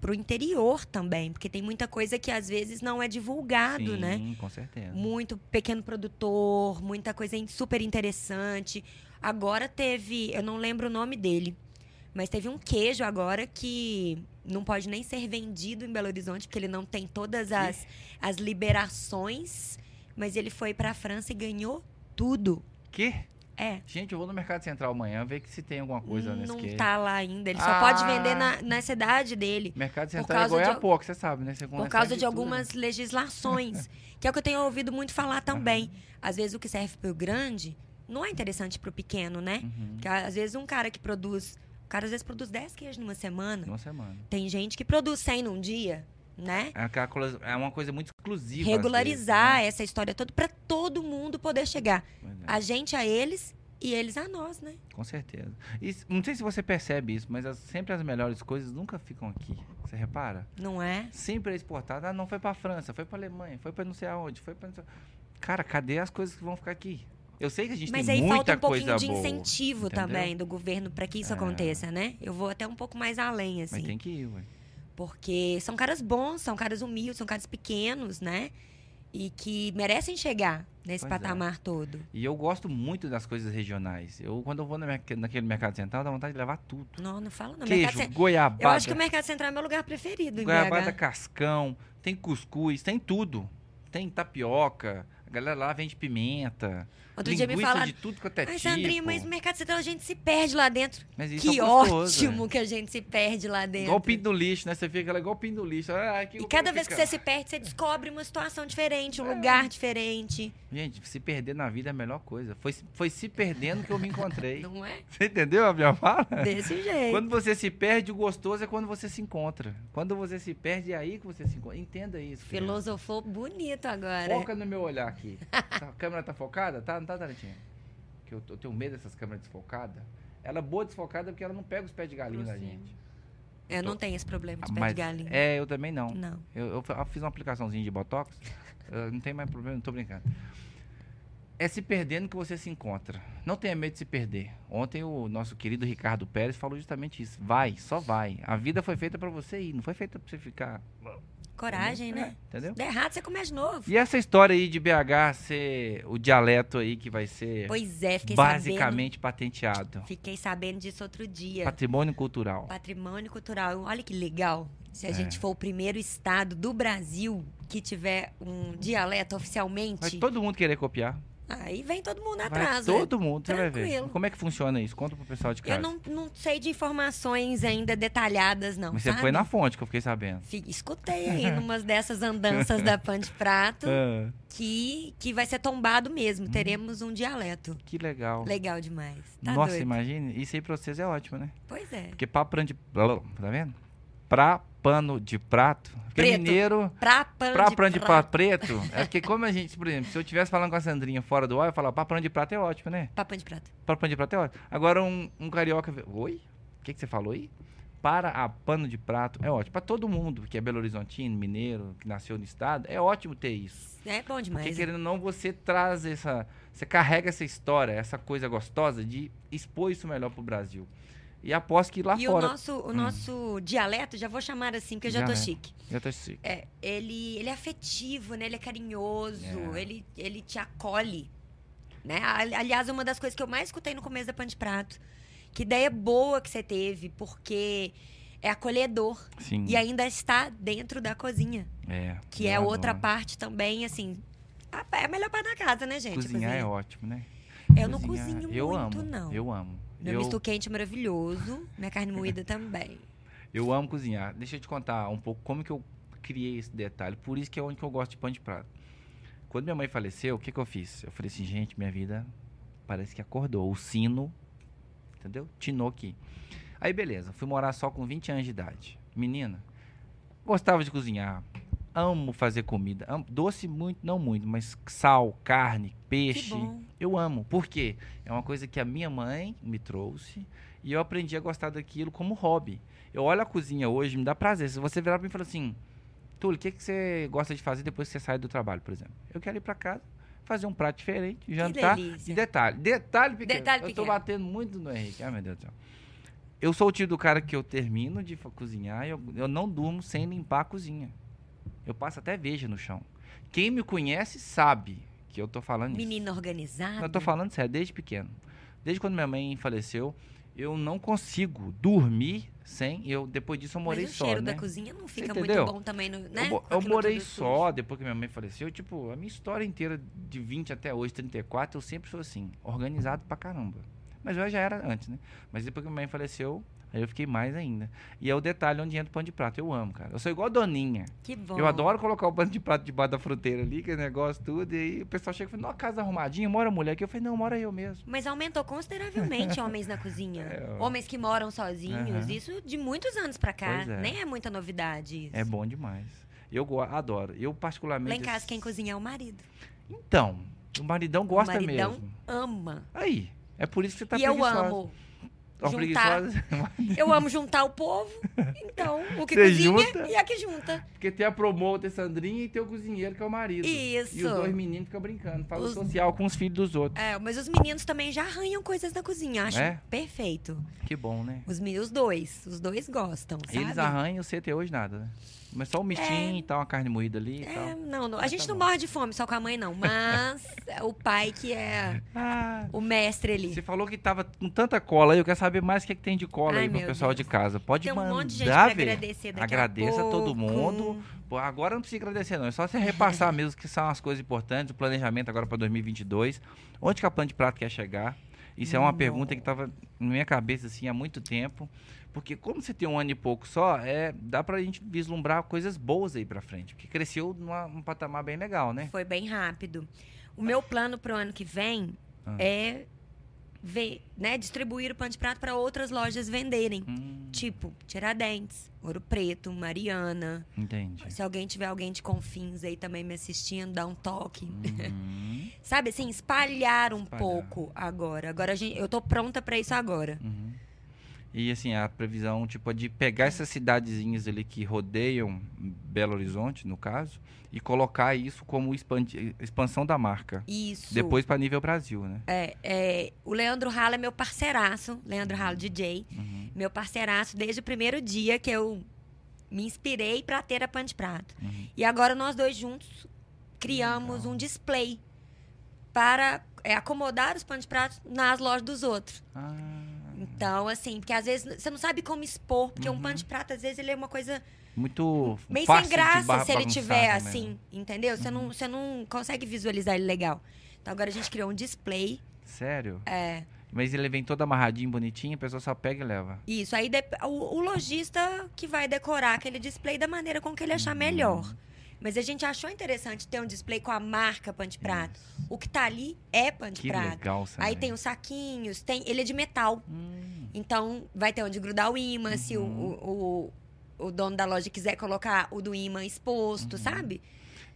S2: pro interior também, porque tem muita coisa que às vezes não é divulgado,
S1: Sim,
S2: né?
S1: com certeza.
S2: Muito pequeno produtor, muita coisa in- super interessante. Agora teve, eu não lembro o nome dele, mas teve um queijo agora que não pode nem ser vendido em Belo Horizonte, porque ele não tem todas as, as liberações. Mas ele foi pra França e ganhou tudo.
S1: Que?
S2: É.
S1: Gente, eu vou no Mercado Central amanhã ver que se tem alguma coisa nesse
S2: não
S1: queijo.
S2: tá lá ainda. Ele
S1: Ah.
S2: só pode vender na, na cidade dele.
S1: Mercado
S2: Por
S1: Central é
S2: causa de-
S1: Goiapoca, você sabe, né? Você
S2: Por
S1: consegue
S2: causa de
S1: tudo,
S2: algumas legislações, que é o que eu tenho ouvido muito falar também. Às vezes o que serve pro grande não é interessante pro pequeno, né?
S1: né? Uhum.
S2: Porque às vezes um cara que produz, o cara às vezes produz 10 queijos numa semana.
S1: Uma semana.
S2: Tem gente que produz 100 num dia, né?
S1: É, aquela coisa- é uma coisa muito exclusiva. às
S2: Regularizar essa história toda para todo mundo poder chegar.
S1: vezes, né? Pois né? é,
S2: A gente a eles e eles a nós, né?
S1: Com certeza. E s- não sei se você percebe isso, mas as- sempre as melhores coisas nunca ficam aqui. Você repara?
S2: Não é?
S1: Sempre é exportada. Ah, não foi pra França, foi pra Alemanha, foi pra não sei aonde, foi pra não sei... Cara, cadê as coisas que vão ficar aqui? Eu sei que a gente
S2: Mas
S1: tem
S2: aí
S1: muita
S2: falta um pouquinho
S1: coisa
S2: de
S1: boa.
S2: incentivo
S1: entendeu?
S2: também do governo para que isso
S1: É.
S2: aconteça, né? Eu vou até um pouco mais além, assim.
S1: Mas tem que ir, ué.
S2: Porque são caras bons, são caras humildes, são caras pequenos, né? E que merecem chegar nesse
S1: Pois é.
S2: patamar todo.
S1: E eu gosto muito das coisas regionais. Eu, quando eu vou no merc- naquele mercado central, dá vontade de levar tudo.
S2: Não, não fala não.
S1: Queijo,
S2: Mercado Cen-
S1: goiabada.
S2: Eu acho que o Mercado Central é meu lugar preferido em
S1: Goiabada
S2: BH.
S1: cascão, tem cuscuz, tem tudo. Tem tapioca, a galera lá vende pimenta,
S2: Outro dia
S1: linguiça
S2: me falaram...
S1: de tudo quanto é
S2: Ai,
S1: tipo.
S2: Sandrinho, mas o Mercado Central a gente se perde lá dentro.
S1: Mas isso
S2: que
S1: é gostoso,
S2: ótimo
S1: né?
S2: que a gente se perde lá dentro.
S1: Igual o pinto no lixo, né? Você fica lá igual o pinto no lixo. Ah, aqui
S2: E
S1: eu
S2: cada
S1: vou
S2: vez que
S1: ficar.
S2: você se perde, você descobre uma situação diferente,
S1: É.
S2: um lugar diferente.
S1: Gente, se perder na vida é a melhor coisa. Foi, foi se perdendo que eu me encontrei.
S2: Não é?
S1: Você entendeu a minha fala?
S2: Desse jeito.
S1: Quando você se perde, o gostoso é quando você se encontra. Quando você se perde, é aí que você se encontra. Entenda isso. criança.
S2: Filosofou bonito agora.
S1: Foca no meu olhar aqui. Tá, A câmera tá focada? Tá, não tá, Tarantinha? Que eu, eu tenho medo dessas câmeras desfocadas. Ela é boa desfocada porque ela não pega os pés de galinha da
S3: Grossinho.
S1: gente.
S2: Eu não tenho esse problema de
S1: Ah,
S2: pé
S1: mas-
S2: de galinha.
S1: É, eu também não.
S2: Não.
S1: Eu, eu fa- fiz uma aplicaçãozinha de Botox. eu não tem mais problema, não tô brincando. É se perdendo que você se encontra. Não tenha medo de se perder. Ontem o nosso querido Ricardo Pérez falou justamente isso. Vai, só vai. A vida foi feita pra você ir, não foi feita pra você ficar.
S2: Coragem, né?
S1: É, entendeu?
S2: Dá errado, você começa de novo.
S1: E essa história aí de BH ser o dialeto aí que vai ser
S2: Pois é, fiquei
S1: basicamente patenteado.
S2: sabendo. Fiquei sabendo disso outro dia.
S1: Patrimônio cultural.
S2: Patrimônio cultural. Olha que legal.
S1: É.
S2: Se a gente for o primeiro estado do Brasil que tiver um dialeto
S1: Vai
S2: oficialmente,
S1: todo mundo querer copiar.
S2: aí vem todo mundo
S1: Vai
S2: atrás. né?
S1: todo mundo, você vai ver.
S2: Tranquilo.
S1: Como é que funciona isso? Conta pro pessoal de casa.
S2: Eu não, não sei de informações ainda detalhadas, não.
S1: Mas você
S2: sabe?
S1: foi na fonte que eu fiquei sabendo.
S2: Fi- Escutei aí numas dessas andanças da Pan de Prato
S1: Ah,
S2: que, que vai ser tombado
S1: Hum.
S2: mesmo. Teremos um dialeto.
S1: que legal.
S2: Legal demais. Tá
S1: Nossa,
S2: doido.
S1: imagine. Isso aí pra vocês é ótimo, né?
S2: Pois é.
S1: Porque pra pano de... Tá vendo? Pra pano de prato. Porque
S2: Preto.
S1: mineiro...
S2: Pra pan
S1: Pra
S2: de
S1: pano de
S2: prato.
S1: prato preto. É porque como a gente, por exemplo, se eu estivesse falando com a Sandrinha fora do ar, eu ia falar, pra pano de prato é ótimo, né?
S2: Pra pan de prato.
S1: Para pano de prato é ótimo. Agora um, um carioca. vê- Oi? O que, que você falou aí? Para a pano de prato é ótimo. Para todo mundo que é Belo Horizontino, mineiro, que nasceu no estado, é ótimo ter isso.
S2: É bom demais.
S1: Porque querendo ou não, você traz essa. Você carrega essa história, essa coisa gostosa de expor isso melhor pro Brasil. E aposto que lá
S2: e
S1: Tá fora. Hum. né?
S2: o nosso, o nosso dialeto, já vou chamar assim, porque eu já tô
S1: Dialeto.
S2: chique.
S1: Eu tô assim.
S2: É, ele, ele é afetivo, né? Ele é carinhoso,
S1: É.
S2: ele, ele te acolhe. Né? Ali- Aliás, uma das coisas que eu mais escutei no começo da Pan de Prato. Que ideia boa que você teve, porque é acolhedor.
S1: Sim.
S2: E ainda está dentro da cozinha.
S1: é,
S2: Que
S1: Hum. eu
S2: é
S1: adoro.
S2: outra parte também, assim. a- É a melhor parte da casa, né, gente?
S1: Cozinhar é
S2: Cozinha.
S1: ótimo, né?
S2: Eu não
S1: Cozinhar-
S2: cozinho
S1: eu
S2: muito,
S1: amo,
S2: não.
S1: Eu amo.
S2: Meu
S1: eu,
S2: misto quente é maravilhoso. Minha carne moída também.
S1: eu amo cozinhar. Deixa eu te contar um pouco como que eu criei esse detalhe. Por isso que é onde que eu gosto de pão de prato. Quando minha mãe faleceu, o que, que eu fiz? Eu falei assim, gente, minha vida parece que acordou. O sino, entendeu? Tinou aqui. Aí, beleza. Fui morar só com 20 anos de idade. Menina, gostava de cozinhar. Amo fazer comida. Amo- doce muito, não muito, mas sal, carne,
S2: Que
S1: peixe.
S2: bom.
S1: Eu amo. Por quê? É uma coisa que a minha mãe me trouxe e eu aprendi a gostar daquilo como hobby. Eu olho a cozinha hoje, me dá prazer. Se você virar pra mim e falar assim, Túlio, o que, que você gosta de fazer depois que você sai do trabalho, por exemplo? Eu quero ir pra casa, fazer um prato diferente, jantar.
S2: delícia.
S1: E detalhe, detalhe pequeno.
S2: Detalhe
S1: eu tô
S2: pequeno.
S1: batendo muito no Henrique. Ai, meu Deus do céu. Eu sou o tipo do cara que eu termino de fa- cozinhar e eu, eu não durmo sem limpar a cozinha. Eu passo até veja no chão. Quem me conhece sabe que eu tô falando isso.
S2: Menina organizada.
S1: Eu tô falando sério, desde pequeno. Desde quando minha mãe faleceu, eu não consigo dormir sem. Eu depois disso eu morei
S2: Mas o
S1: só,
S2: cheiro
S1: né?
S2: da cozinha não fica muito
S1: entendeu?
S2: bom também, no, né?
S1: Eu, mo-
S2: Com
S1: eu
S2: aquilo
S1: morei
S2: tudo
S1: só depois que minha mãe faleceu. Tipo, a minha história inteira de 20 até hoje, 34, eu sempre sou assim, organizado pra caramba. Mas eu já era antes, né? Mas depois que minha mãe faleceu, aí eu fiquei mais ainda. E é o detalhe onde entra o pano de prato. Eu amo, cara. Eu sou igual a Doninha.
S2: sujo. Que bom.
S1: Eu adoro colocar o pano de prato debaixo da fronteira ali, que é negócio tudo. E aí o pessoal chega e fala, nossa, casa arrumadinha, mora a mulher aqui. Eu falei, não, mora eu mesmo.
S2: Mas aumentou consideravelmente homens na cozinha.
S1: É, ó.
S2: homens que moram sozinhos.
S1: Aham.
S2: Isso de muitos anos pra cá.
S1: Pois é.
S2: Nem é muita novidade isso.
S1: É bom demais. Eu go- adoro. Eu particularmente. assim,
S2: Lá em casa, quem cozinha é o marido.
S1: Então, o maridão gosta
S2: maridão
S1: mesmo.
S2: Ama.
S1: Aí. É por isso que você tá
S2: e eu
S1: preguiçosa.
S2: amo.
S1: Tá
S2: juntar.
S1: preguiçosa,
S2: Eu amo juntar o povo. Então, o que
S1: Você
S2: cozinha
S1: junta?
S2: e a que junta.
S1: Porque tem a promoter Sandrinha e tem o cozinheiro, que é o marido.
S2: Isso.
S1: E os dois meninos ficam brincando. Fala
S2: Os-
S1: social com os filhos dos outros.
S2: É, mas os meninos também já arranham coisas na cozinha. Acho
S1: É?
S2: perfeito.
S1: Que bom, né?
S2: Os, meni- os dois. Os dois gostam, sabe?
S1: Eles arranham, você até hoje nada, né? Mas só o mexinho e tal, uma carne moída ali e
S2: É,
S1: tal.
S2: não, não- a
S1: Ah,
S2: gente
S1: tá
S2: não
S1: bom.
S2: morre de fome só com a mãe, não. Mas é o pai que é
S1: Ah,
S2: o mestre ali.
S1: você falou que tava com tanta cola aí. Eu quero saber mais o que, é que tem de cola
S2: Ai,
S1: aí pro
S2: meu
S1: pessoal de
S2: Deus.
S1: casa. Pode
S2: Tem um
S1: mandar
S2: monte de gente pra
S1: ver.
S2: agradecer daqui
S1: Agradeça
S2: a
S1: a
S2: pouco.
S1: todo mundo. Pô, agora não precisa agradecer, não. É só você repassar mesmo que são as coisas importantes, o planejamento agora para 2022. Onde que a Plano de Prato quer chegar? Isso é uma
S2: Não.
S1: pergunta que estava na minha cabeça assim há muito tempo. Porque como você tem um ano e pouco só, é, dá pra gente vislumbrar coisas boas aí pra frente. Porque cresceu numa- num patamar bem legal, né?
S2: Foi bem rápido. O meu plano pro ano que vem
S1: Ah.
S2: é ver, né, distribuir o pão de prato para outras lojas venderem.
S1: Hum,
S2: Tipo, Tiradentes, Ouro Preto, Mariana.
S1: entendi.
S2: Se alguém tiver alguém de Confins aí também me assistindo, dá um toque.
S1: Uhum,
S2: Sabe assim, espalhar um
S1: Espalhar.
S2: pouco agora. Agora a gente, eu tô pronta pra isso agora.
S1: uhum. E assim, a previsão tipo é de pegar essas cidadezinhas ali que rodeiam Belo Horizonte, no caso, e colocar isso como expandi- expansão da marca.
S2: Isso.
S1: Depois pra nível Brasil, né?
S2: É, é, o Leandro Rala é meu parceiraço, Leandro Rala DJ,
S1: Uhum,
S2: meu parceiraço desde o primeiro dia que eu me inspirei pra ter a Pan de Prato.
S1: uhum.
S2: E agora nós dois juntos criamos
S1: Legal.
S2: um display para é, acomodar os pães de prato nas lojas dos outros.
S1: Ah,
S2: Então, assim, porque às vezes você não sabe como expor, porque um
S1: Uhum.
S2: pão de prato, às vezes, ele é uma coisa
S1: muito
S2: meio
S1: fácil
S2: sem
S1: de
S2: graça
S1: ba-
S2: se ele
S1: bagunçar
S2: tiver
S1: também, né?
S2: assim, entendeu? Você, não, você não consegue visualizar ele legal. Então agora a gente criou um display.
S1: Sério?
S2: É,
S1: Mas ele vem todo amarradinho, bonitinho, a pessoa só pega e leva.
S2: isso. Aí dep- o, o lojista que vai decorar aquele display da maneira com que ele
S1: Uhum.
S2: achar melhor. Mas a gente achou interessante ter um display com a marca Pan de Prato.
S1: Isso.
S2: O que tá ali é pão de
S1: Uhum. Que
S2: prato.
S1: legal,
S2: Aí tem os saquinhos, tem. Ele é de metal.
S1: Hum,
S2: Então vai ter onde grudar o imã, se o,
S1: Uhum.
S2: o, o, o dono da loja quiser colocar o do imã exposto,
S1: Uhum.
S2: sabe?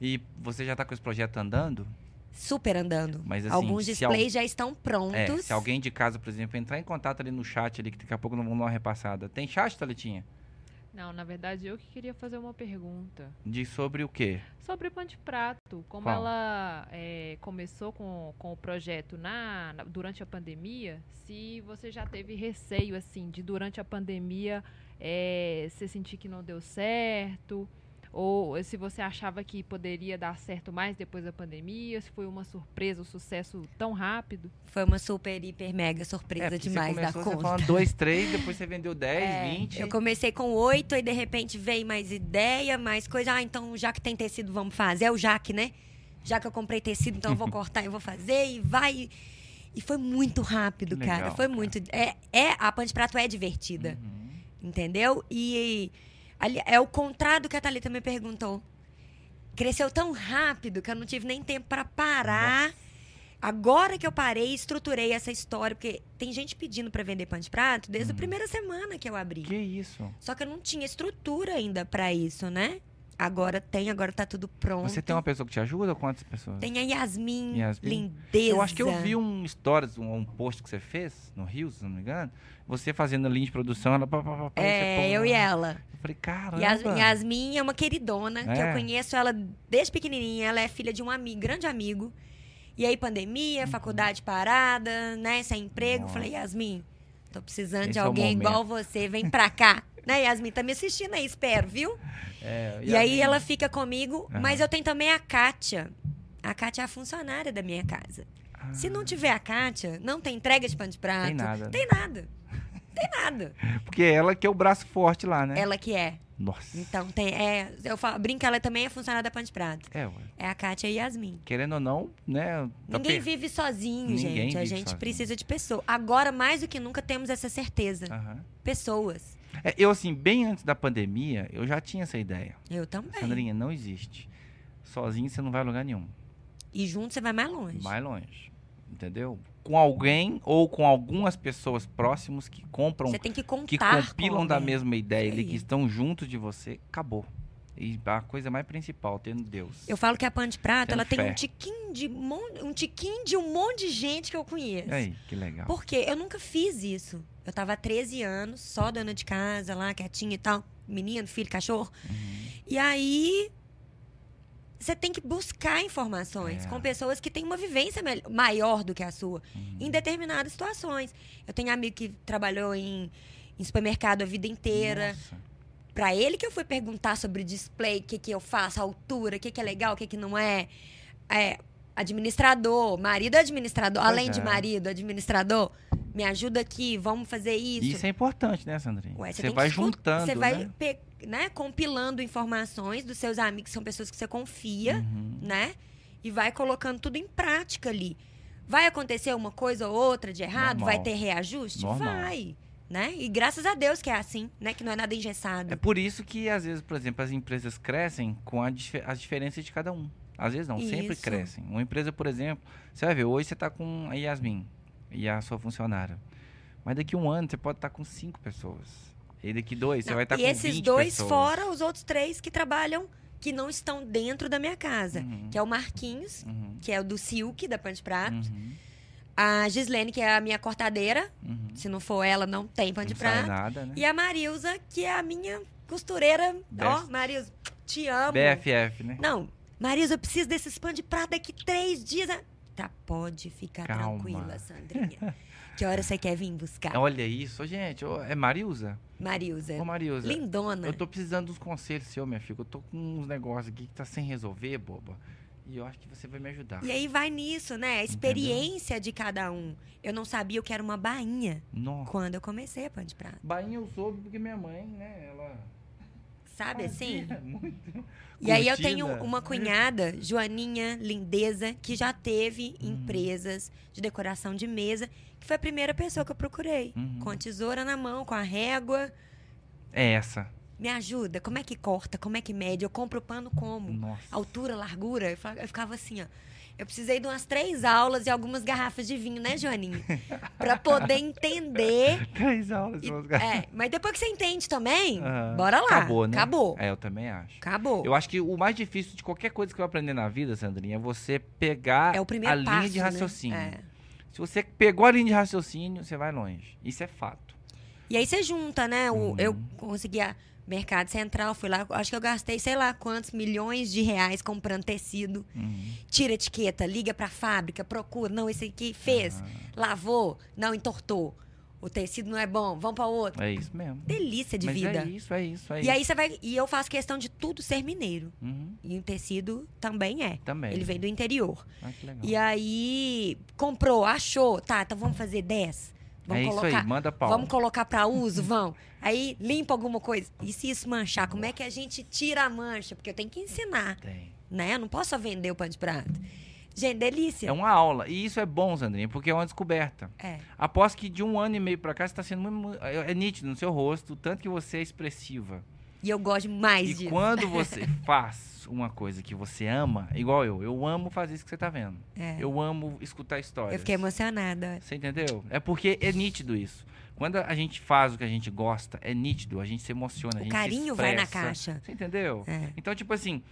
S1: E você já tá com esse projeto andando?
S2: Super andando.
S1: Mas, assim,
S2: Alguns
S1: se
S2: displays
S1: al-
S2: já estão
S1: É,
S2: prontos.
S1: se alguém de casa, por exemplo, entrar em contato ali no chat ali, que daqui a pouco não vamos dar uma repassada. Tem chat, Taletinha?
S3: Não, na verdade, eu que queria fazer uma pergunta.
S1: De sobre o quê?
S3: Sobre o Pão de Prato, como
S1: Qual?
S3: ela é, começou com, com o projeto na, na- durante a pandemia, se você já teve receio, assim, de durante a pandemia é, você sentir que não deu certo, ou se você achava que poderia dar certo mais depois da pandemia, se foi uma surpresa o sucesso tão rápido.
S2: Foi uma super, hiper, mega surpresa
S1: É, porque
S2: demais
S1: você
S2: da
S1: começou,
S2: conta.
S1: você falando 2, 3, depois você vendeu 10,
S3: É,
S1: 20.
S2: Eu comecei com oito, aí de repente veio mais ideia, mais coisa. Ah, então já que tem tecido, vamos fazer. É o Jaque, né? Já que eu comprei tecido, então eu vou cortar e vou fazer e vai. E foi muito rápido,
S1: Que
S2: cara.
S1: legal,
S2: Foi
S1: cara.
S2: muito. É, é, a Pão de Prato é divertida,
S1: Uhum.
S2: entendeu? E ali, é o contrário do que a Thalita me perguntou. Cresceu tão rápido que eu não tive nem tempo para parar. Agora que eu parei, estruturei essa história, porque tem gente pedindo para vender pão de prato desde
S1: Hum.
S2: a primeira semana que eu abri.
S1: Que isso?
S2: Só que eu não tinha estrutura ainda pra isso, né? Agora tem, agora tá tudo pronto.
S1: Você tem uma pessoa que te ajuda? Quantas pessoas?
S2: Tem a Yasmin,
S1: Yasmin.
S2: lindeza.
S1: Eu acho que eu vi um stories, um, um post que você fez no Rio, se não me engano. Você fazendo a linha de produção, ela. pá, pá, pá, pá, você, pô,
S2: É, eu e ela.
S1: Eu falei, né? caramba.
S2: Yas- Yasmin é uma queridona, que
S1: É.
S2: eu conheço ela desde pequenininha. Ela é filha de um amigo, grande amigo. E aí, pandemia, faculdade parada, né? Sem emprego.
S1: Uhum. Nossa.
S2: Falei, Yasmin, tô precisando
S1: Esse
S2: de
S1: é o
S2: alguém
S1: momento.
S2: igual você, vem pra cá. né, Yasmin? Tá me assistindo aí, espero, viu?
S1: É,
S2: E aí
S1: Yasmin.
S2: ela fica comigo,
S1: Aham.
S2: mas eu tenho também a Kátia. A Kátia é a funcionária da minha casa.
S1: Ah,
S2: Se não tiver a Kátia, não tem entrega de pão de prato.
S1: Tem nada, né?
S2: Tem nada. Tem nada.
S1: Porque ela que é o braço forte lá, né?
S2: Ela que é.
S1: Nossa.
S2: Então tem. É, eu falo, brinca, ela também é funcionária da pão de prato.
S1: É, ué.
S2: É a Kátia e a Yasmin.
S1: Querendo ou não, né? tá
S2: Ninguém
S1: per-
S2: vive sozinho,
S1: Ninguém
S2: gente. a
S1: vive
S2: gente
S1: sozinho.
S2: precisa de pessoas. Agora, mais do que nunca, temos essa certeza.
S1: Aham.
S2: Pessoas.
S1: É, eu, assim, bem antes da pandemia, eu já tinha essa ideia.
S2: Eu também.
S1: Sandrinha, não existe. Sozinho você não vai a lugar nenhum.
S2: E junto você vai mais longe.
S1: Mais longe. Entendeu? Com alguém ou com algumas pessoas próximas que compram,
S2: Você tem que contar.
S1: que
S2: com
S1: compilam da
S2: alguém.
S1: mesma ideia
S2: Isso
S1: ali, que
S2: aí.
S1: estão juntos de você, acabou. E a coisa mais principal, tendo Deus.
S2: Eu falo que a Pan de Prato,
S1: Tendo
S2: ela tem
S1: fé.
S2: um tiquinho de mon- um tiquinho de um monte de gente que eu conheço.
S1: E aí, que legal.
S2: Porque eu nunca fiz isso. Eu tava há 13 anos, só dona de casa lá, quietinha e tal, menino, filho, cachorro.
S1: Uhum.
S2: E aí você tem que buscar informações
S1: É.
S2: com pessoas que têm uma vivência mel- maior do que a sua
S1: Uhum.
S2: em determinadas situações. Eu tenho amigo que trabalhou em, em supermercado a vida inteira.
S1: Nossa.
S2: Pra ele que eu fui perguntar sobre display, o que, que eu faço, a altura, o que, que é legal, o que, que não é. É, administrador, marido é administrador,
S1: Pois
S2: além
S1: é.
S2: de marido, administrador, me ajuda aqui, vamos fazer isso.
S1: Isso é importante, né, Sandrinha?
S2: Ué,
S1: você
S2: tem que
S1: vai
S2: escutar,
S1: juntando,
S2: Você vai
S1: né?
S2: pe- né, compilando informações dos seus amigos, que são pessoas que você confia
S1: Uhum.
S2: né? E vai colocando tudo em prática ali. Vai acontecer uma coisa ou outra de errado?
S1: Normal.
S2: Vai ter reajuste?
S1: Normal.
S2: Vai. Né? E graças a Deus que é assim, né? Que não é nada engessado.
S1: É por isso que, às vezes, por exemplo, as empresas crescem com a dif- as diferenças de cada um. Às vezes não, sempre
S2: Isso.
S1: crescem. Uma empresa, por exemplo, você vai ver, hoje você está com a Yasmin e a sua funcionária. Mas daqui um ano você pode estar com cinco pessoas. E daqui dois você
S2: Não,
S1: vai estar
S2: e
S1: com
S2: esses
S1: 20
S2: dois
S1: pessoas. Uhum,
S2: fora os outros três que trabalham, que não estão dentro da minha casa.
S1: Uhum,
S2: Que é o Marquinhos,
S1: uhum,
S2: que é o do Silk, da Pan de Prato.
S1: uhum,
S2: A Gislene, que é a minha cortadeira.
S1: uhum.
S2: Se não for ela, não tem Pan de
S1: Não sai
S2: Prato.
S1: nada, né?
S2: E a Marilza, que é a minha costureira. Ó,
S1: Best.
S2: Marilza, te amo.
S1: BFF, né?
S2: Não, Marisa, eu preciso desses pães de prato daqui três dias. né? Tá, pode ficar
S1: Calma.
S2: tranquila, Sandrinha. Que hora você quer vir buscar?
S1: Olha isso, gente. Ô, é Marilza?
S2: Marilza.
S1: Ô, Marilza.
S2: Lindona.
S1: Eu tô precisando dos conselhos seu, minha filha. Eu tô com uns negócios aqui que tá sem resolver, boba. E eu acho que você vai me ajudar.
S2: E aí vai nisso, né? A experiência de cada um. Eu não sabia o que era uma bainha
S1: Nossa.
S2: quando eu comecei a pão de prato.
S1: Bainha eu soube porque minha mãe, né, ela... Ah,
S2: Sabe assim?
S1: fazia Muito.
S2: E aí eu
S1: Curtida.
S2: tenho uma cunhada, Joaninha Lindeza, que já teve
S1: Hum.
S2: empresas de decoração de mesa, que foi a primeira pessoa que eu procurei.
S1: Uhum.
S2: Com a tesoura na mão, com a régua.
S1: É essa.
S2: Me ajuda, como é que corta, como é que mede? Eu compro pano como?
S1: Nossa.
S2: Altura, largura? Eu fa- eu ficava assim, ó. Eu precisei de umas três aulas e algumas garrafas de vinho, né, Joaninha? pra poder entender.
S1: Três aulas.
S2: E-
S1: vamos-
S2: é, mas depois que você entende também,
S1: Aham.
S2: bora lá.
S1: Acabou, né?
S2: Acabou.
S1: É, eu também acho.
S2: Acabou.
S1: Eu acho que o mais difícil de qualquer coisa que eu aprender na vida, Sandrinha, é você pegar
S2: É o
S1: a
S2: primeiro passo.
S1: linha de
S2: né?
S1: raciocínio.
S2: É.
S1: Se você pegou a linha de raciocínio, você vai longe. Isso é fato.
S2: E aí você junta, né? o-
S1: Uhum.
S2: Eu consegui a Mercado Central, fui lá, acho que eu gastei sei lá quantos milhões de reais comprando tecido.
S1: Uhum.
S2: Tira a etiqueta, liga pra fábrica, procura. Não, esse aqui fez, lavou, não, entortou. O tecido não é bom, vamos pra outro.
S1: É isso mesmo.
S2: Delícia de
S1: Mas
S2: vida.
S1: é isso, é isso, é
S2: e aí
S1: isso.
S2: você vai. E eu faço questão de tudo ser mineiro.
S1: Uhum,
S2: E o tecido também é.
S1: Também.
S2: Ele vem do interior.
S1: Ah, que legal.
S2: E aí, comprou, achou. Tá, então vamos fazer 10. Vamos
S1: é
S2: colocar.
S1: isso aí, manda pau.
S2: Vamos colocar para uso, vão. Aí limpa alguma coisa. E se isso manchar, como é que a gente tira a mancha? Porque eu tenho que ensinar,
S1: Tem.
S2: né? Eu não posso só vender o pão de prato. Gente, delícia.
S1: É uma aula. E isso é bom, Sandrinha, porque é uma descoberta.
S2: É.
S1: Aposto que de um ano e meio pra cá você tá sendo muito, muito- é é nítido no seu rosto, o tanto que você é expressiva. É
S2: E eu gosto mais
S1: e
S2: disso.
S1: quando você faz uma coisa que você ama, igual eu, eu amo fazer isso que você tá vendo.
S2: É.
S1: Eu amo escutar histórias.
S2: Eu fiquei emocionada.
S1: Você entendeu? É porque é nítido isso. Quando a gente faz o que a gente gosta, é nítido, a gente se emociona, a
S2: O
S1: gente se
S2: carinho vai na
S1: expressa.
S2: caixa.
S1: Você entendeu?
S2: É.
S1: Então, tipo assim,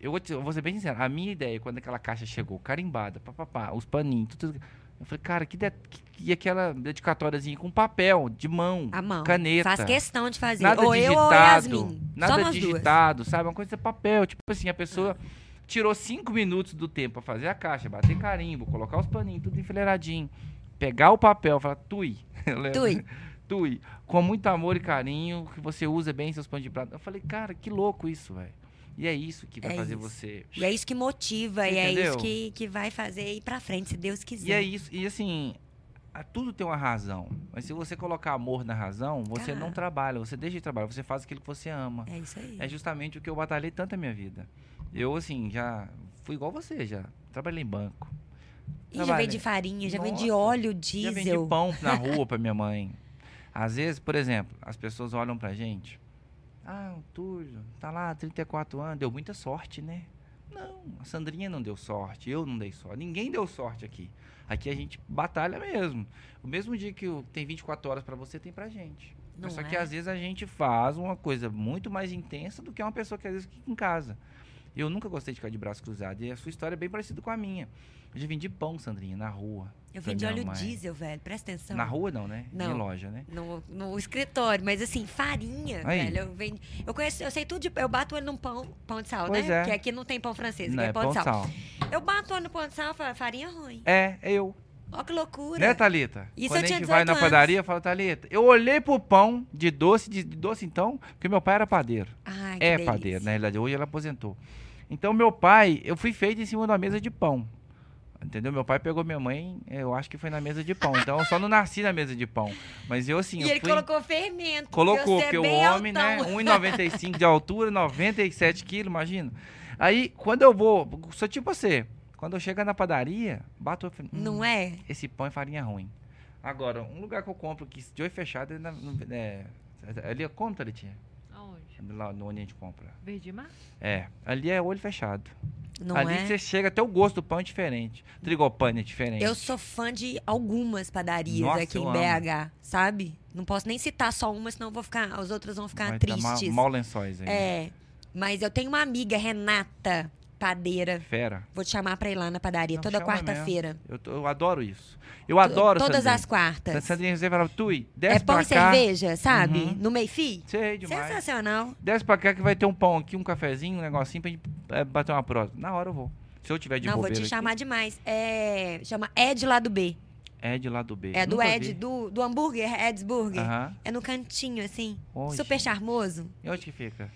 S1: eu vou, te- eu vou ser bem sincero. A minha ideia, quando aquela caixa chegou, carimbada, papapá, os paninhos, tudo. Eu falei, cara, que, de, que- e aquela dedicatóriazinha com papel, de mão,
S2: A mão.
S1: caneta.
S2: Faz questão de fazer.
S1: Nada
S2: Ah, assim, ou
S1: digitado.
S2: eu ou Yasmin.
S1: Nada
S2: Somos duas. Ah.
S1: digitado, sabe? Uma coisa de papel. Tipo assim, a pessoa tirou cinco minutos do tempo pra fazer a caixa, bater carimbo, colocar os paninhos, tudo enfileiradinho. Pegar o papel, falar, tui. Eu lembro.
S2: Tui.
S1: Tui. Com muito amor e carinho, que você usa bem seus pães de prato. Eu falei, cara, que louco isso, velho. E é isso que vai
S2: É
S1: fazer
S2: isso.
S1: você.
S2: E é isso que motiva,
S1: Você
S2: e é
S1: entendeu?
S2: isso que, que vai fazer ir pra frente, se Deus quiser.
S1: E é isso. E assim, a- tudo tem uma razão. Mas se você colocar amor na razão, você
S2: Ah.
S1: não trabalha, você deixa de trabalhar, você faz aquilo que você ama.
S2: É isso aí.
S1: É justamente o que eu batalhei tanto na minha vida. Eu, assim, já fui igual você, já. Trabalhei em banco.
S2: e já vem
S1: trabalhei.
S2: de farinha, já vem de
S1: tá Nossa.
S2: óleo
S1: Já vendi
S2: diesel.
S1: pão na rua pra minha mãe. Às vezes, por exemplo, as pessoas olham pra gente. Ah, o Túlio, tá lá, 34 anos, deu muita sorte, né? Não, a Sandrinha não deu sorte, eu não dei sorte, ninguém deu sorte aqui. Aqui a gente batalha mesmo. O mesmo dia que o- tem 24 horas pra você, tem pra gente.
S2: Não
S1: Mas só
S2: é?
S1: que às vezes a gente faz uma coisa muito mais intensa do que uma pessoa que às vezes fica em casa. Eu nunca gostei de ficar de braço cruzado e a sua história é bem parecida com a minha. Eu já vendi pão, Sandrinha, na rua.
S2: Eu
S1: pra
S2: vim de
S1: minha
S2: óleo
S1: mãe.
S2: diesel, velho. Presta atenção.
S1: Na rua não, né? Em
S2: Não.
S1: loja, né?
S2: No, no escritório, mas assim, farinha,
S1: Aí.
S2: velho. Eu, vendo, eu conheço, eu sei tudo de. Eu bato o olho num pão, pão de sal,
S1: Pois
S2: né?
S1: é.
S2: Porque aqui não tem pão francês, aqui
S1: Não,
S2: é, pão, de sal.
S1: sal.
S2: Eu bato o olho no pão de sal e falo, farinha ruim.
S1: É, é eu.
S2: Ó que loucura.
S1: Né, Thalita?
S2: Isso
S1: Quando
S2: eu
S1: a
S2: tinha
S1: gente vai
S2: 18
S1: na
S2: anos.
S1: padaria, fala, Thalita, eu olhei pro pão de doce, de, de doce então, porque meu pai era padeiro.
S2: Ai, que
S1: é
S2: delícia.
S1: padeiro, na realidade. Hoje ele aposentou. Então, meu pai, eu fui feito em cima de uma mesa de pão. Entendeu? Meu pai pegou minha mãe, eu acho que foi na mesa de pão. Então, eu só não nasci na mesa de pão. Mas eu, assim,
S2: E
S1: eu
S2: ele
S1: fui...
S2: colocou fermento.
S1: Colocou,
S2: você é
S1: porque o
S2: bem
S1: homem, né?
S2: altão.
S1: 1,95 de altura, 97 quilos, imagina. Aí, quando eu vou, sou tipo você, quando eu chego na padaria, bato. eu falo, "Hum,
S2: Não é?
S1: Esse pão é farinha ruim. Agora, um lugar que eu compro que de olho fechado é. Na, no- é ali é como, Thalitinha?
S3: Aonde?
S1: Lá no onde a gente compra.
S3: Verdimar?
S1: É, ali é olho fechado.
S2: Não
S1: ali
S2: é?
S1: você chega, até o gosto do pão é diferente. Trigopane é diferente.
S2: Eu sou fã de algumas padarias
S1: Nossa,
S2: aqui
S1: eu
S2: em
S1: amo.
S2: BH, sabe? Não posso nem citar só uma, senão eu vou ficar, as outras vão ficar
S1: Vai dar ma-
S2: tristes.
S1: Mal lençóis aí.
S2: É, mas eu tenho uma amiga, Renata Padeira.
S1: Fera.
S2: Vou te chamar pra ir lá na padaria
S1: Não,
S2: toda
S1: chama mesmo.
S2: quarta-feira.
S1: Eu, tô- eu adoro isso. Eu adoro
S2: Todas
S1: Sandrinha.
S2: as quartas.
S1: Sandrinha José falava, Tui, desce
S2: É pão
S1: pra
S2: e
S1: cá.
S2: cerveja, sabe?
S1: Uhum.
S2: No Meifi.
S1: Sei demais.
S2: Sensacional.
S1: Desce pra cá que vai ter um pão aqui, um cafezinho, um negocinho pra gente é, bater uma prosa. Na hora eu vou. Se eu tiver de
S2: Não, vou
S1: bobeira
S2: te
S1: aqui,
S2: chamar demais. É, chama Ed lá do B.
S1: Ed lá do B.
S2: É do
S1: Nunca
S2: Ed,
S1: vi.
S2: do, do hambúrguer, Ed's Burger.
S1: Aham.
S2: É no cantinho, assim.
S1: Onde?
S2: Super charmoso.
S1: E onde que fica?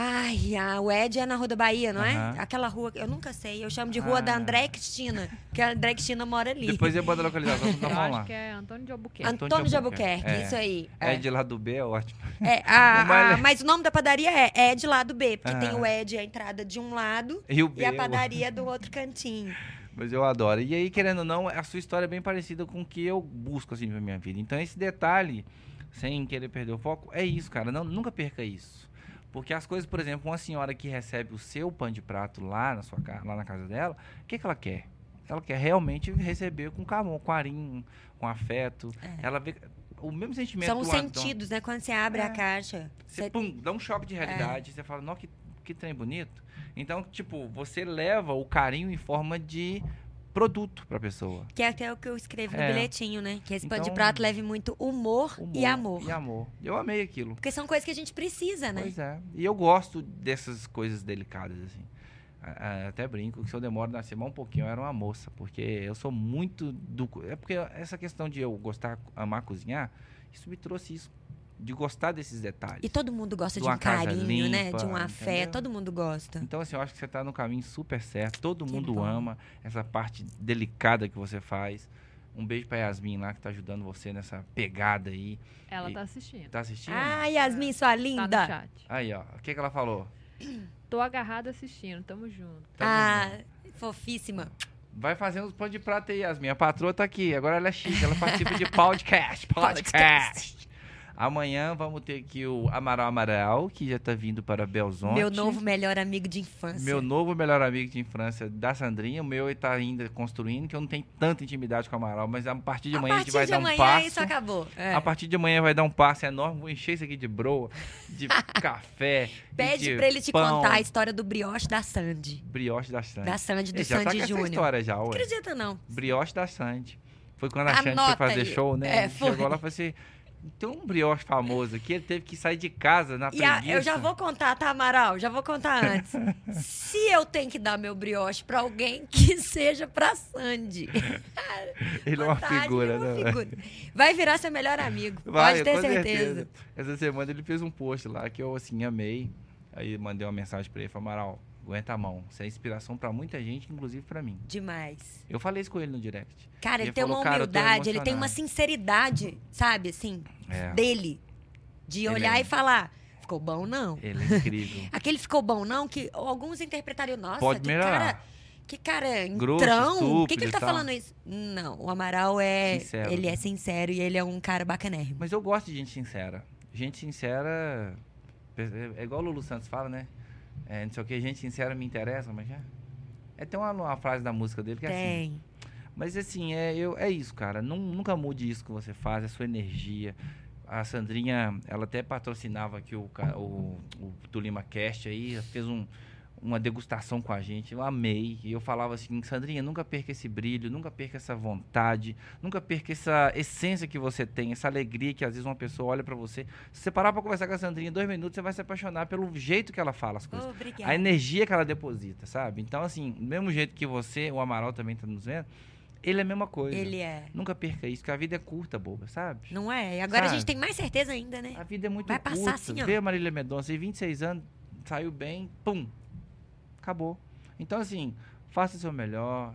S2: Ai, a, o Ed é na Rua da Bahia, não
S1: Aham.
S2: é? Aquela rua, que eu nunca sei. Eu chamo de Rua da
S1: Ah.
S2: André Cristina, porque a André Cristina mora ali.
S1: Depois eu boto a localização, então
S3: Eu
S1: vamos
S3: acho
S1: lá.
S3: que é Antônio de Albuquerque.
S1: Ant-
S2: Antônio,
S1: Antônio de
S2: de
S1: Albuquerque,
S2: Albuquerque,
S1: é.
S2: isso aí. É.
S1: Ed lá do B é ótimo.
S2: É, a-
S1: Uma-
S2: a- mas o nome da padaria é Ed lá do B, porque
S1: Ah.
S2: tem o Ed, a entrada de um lado
S1: E o B.
S2: e a
S1: eu-
S2: padaria do outro cantinho.
S1: Mas eu adoro. E aí, querendo ou não, a sua história é bem parecida com o que eu busco, assim, pra minha vida. Então, esse detalhe, sem querer perder o foco, é isso, cara. Não, nunca perca isso. Porque as coisas, por exemplo, uma senhora que recebe o seu pão de prato lá na, sua, ca- lá na casa dela, o que, que ela quer? Ela quer realmente receber com carinho, com carinho, com afeto. Ela vê o mesmo sentimento
S2: É. São
S1: do
S2: os
S1: Antônio.
S2: sentidos, né? Quando você abre
S1: É.
S2: a caixa.
S1: Você,
S2: Você-
S1: pum, dá um choque
S2: É.
S1: de realidade. Você fala, nossa, que, que trem bonito. Então, tipo, você leva o carinho em forma de produto para a pessoa.
S2: Que é até o que eu escrevo
S1: É.
S2: no bilhetinho, né? Que esse pão de
S1: Então-
S2: prato leve muito humor, e amor.
S1: E amor. Eu amei aquilo.
S2: Porque são coisas que a gente precisa, né?
S1: Pois é. E eu gosto dessas coisas delicadas, assim. A- a- Até brinco que se eu demoro na semana um pouquinho, eu era uma moça, porque eu sou muito do. co- É porque essa questão de eu gostar, amar cozinhar, isso me trouxe isso, de gostar desses detalhes.
S2: E todo mundo gosta
S1: De
S2: de,
S1: uma
S2: um
S1: casa
S2: carinho, né? De um
S1: limpa,
S2: afeto.
S1: entendeu?
S2: Todo mundo gosta.
S1: Então, assim, eu acho que você está no caminho super certo. Todo
S2: Que
S1: mundo
S2: bom.
S1: ama essa parte delicada que você faz. Um beijo pra Yasmin lá, que tá ajudando você nessa pegada aí.
S3: Ela
S1: E-
S3: tá assistindo.
S1: Tá assistindo?
S2: Ah, Yasmin, sua
S3: Tá
S2: linda.
S3: no chat.
S1: Aí, ó. O que, que ela falou?
S3: Tô agarrada assistindo, tamo junto.
S1: Tamo
S2: ah, fofíssima.
S1: Vai fazendo os pão de prata aí, Yasmin. A patroa tá aqui. Agora ela é chique. Ela participa de podcast. Podcast. Amanhã vamos ter aqui o Amaral Amaral, que já tá vindo para Belzonte.
S2: Meu novo melhor amigo de infância.
S1: Meu novo melhor amigo de infância é da Sandrinha. O meu tá ainda construindo, que eu não tenho tanta intimidade com o Amaral. Mas a partir de
S2: a
S1: amanhã a,
S2: partir
S1: gente vai
S2: de
S1: dar um
S2: amanhã
S1: passo.
S2: isso acabou. É.
S1: A partir de amanhã vai dar um passo enorme. Vou encher isso aqui de broa, de café. e
S2: Pede
S1: de
S2: pra ele te
S1: pão,
S2: contar a história do brioche da Sandy.
S1: Brioche da Sandy.
S2: Da Sandy, do
S1: Ele já tá
S2: Sandy
S1: com essa
S2: Júnior.
S1: história já,
S2: Não
S1: ué.
S2: acredita, não.
S1: Brioche da Sandy. Foi quando a Xande foi
S2: Anota
S1: fazer
S2: aí.
S1: show, né?
S2: É,
S1: Ele
S2: foi.
S1: Chegou lá e falou assim: tem um brioche famoso aqui, ele teve que sair de casa na
S2: E a-
S1: preguiça.
S2: eu já vou contar, tá, Amaral? Já vou contar antes. Se eu tenho que dar meu brioche pra alguém, que seja pra Sandy.
S1: Ele é uma
S2: Vantagem,
S1: figura,
S2: uma
S1: né? velho?
S2: figura. Vai virar seu melhor amigo. Pode ter certeza.
S1: Essa semana ele fez um post lá que eu, assim, amei. Aí mandei uma mensagem pra ele, falei, Amaral, aguenta a mão. Você é inspiração pra muita gente, inclusive pra mim.
S2: Demais.
S1: Eu falei isso com ele no direct.
S2: Cara, ele,
S1: Ele
S2: tem
S1: falou,
S2: uma
S1: "Cara, eu tô
S2: humildade, ele tem
S1: emocionado."
S2: uma sinceridade, sabe, assim,
S1: É,
S2: dele. De
S1: Ele
S2: olhar
S1: é-
S2: e falar, ficou bom não?
S1: ele é incrível.
S2: Aquele ficou bom não, que alguns interpretariam, nossa,
S1: Pode
S2: que
S1: melhorar.
S2: cara... Que cara
S1: Grosso,
S2: entrão. O que, que
S1: estúpido e
S2: ele tá
S1: tal.
S2: falando isso? Não, o Amaral é.
S1: Sincero,
S2: Ele
S1: né?
S2: é sincero e ele é um cara bacanérrimo.
S1: Mas eu gosto de gente sincera. Gente sincera. É igual o Lulu Santos fala, né? É, não sei o que, gente sincera me interessa, mas já. É, tem uma, uma frase da música dele que é assim.
S2: Tem.
S1: Mas assim, é, eu, é isso, cara. Nun- nunca mude isso que você faz, a sua energia. A Sandrinha, ela até patrocinava aqui o, ca- o, o Tulima Cast aí, ela fez um- uma degustação com a gente. Eu amei. E eu falava assim, Sandrinha, nunca perca esse brilho, nunca perca essa vontade, nunca perca essa essência que você tem, essa alegria que às vezes uma pessoa olha pra você. Se você parar pra conversar com a Sandrinha dois minutos, você vai se apaixonar pelo jeito que ela fala as coisas
S2: Obrigada.
S1: a energia que ela deposita, sabe? Então, assim, do mesmo jeito que você, o Amaral também tá nos vendo, ele é a mesma coisa.
S2: Ele é.
S1: Nunca perca isso, que a vida é curta, boba, sabe?
S2: Não é? E agora
S1: Sabe?
S2: a gente tem mais certeza ainda, né?
S1: A vida é muito
S2: Vai
S1: curta.
S2: passar assim, ó.
S1: Vê a Marília Mendonça, em 26 anos, saiu bem, pum, acabou. Então, assim, faça o seu melhor,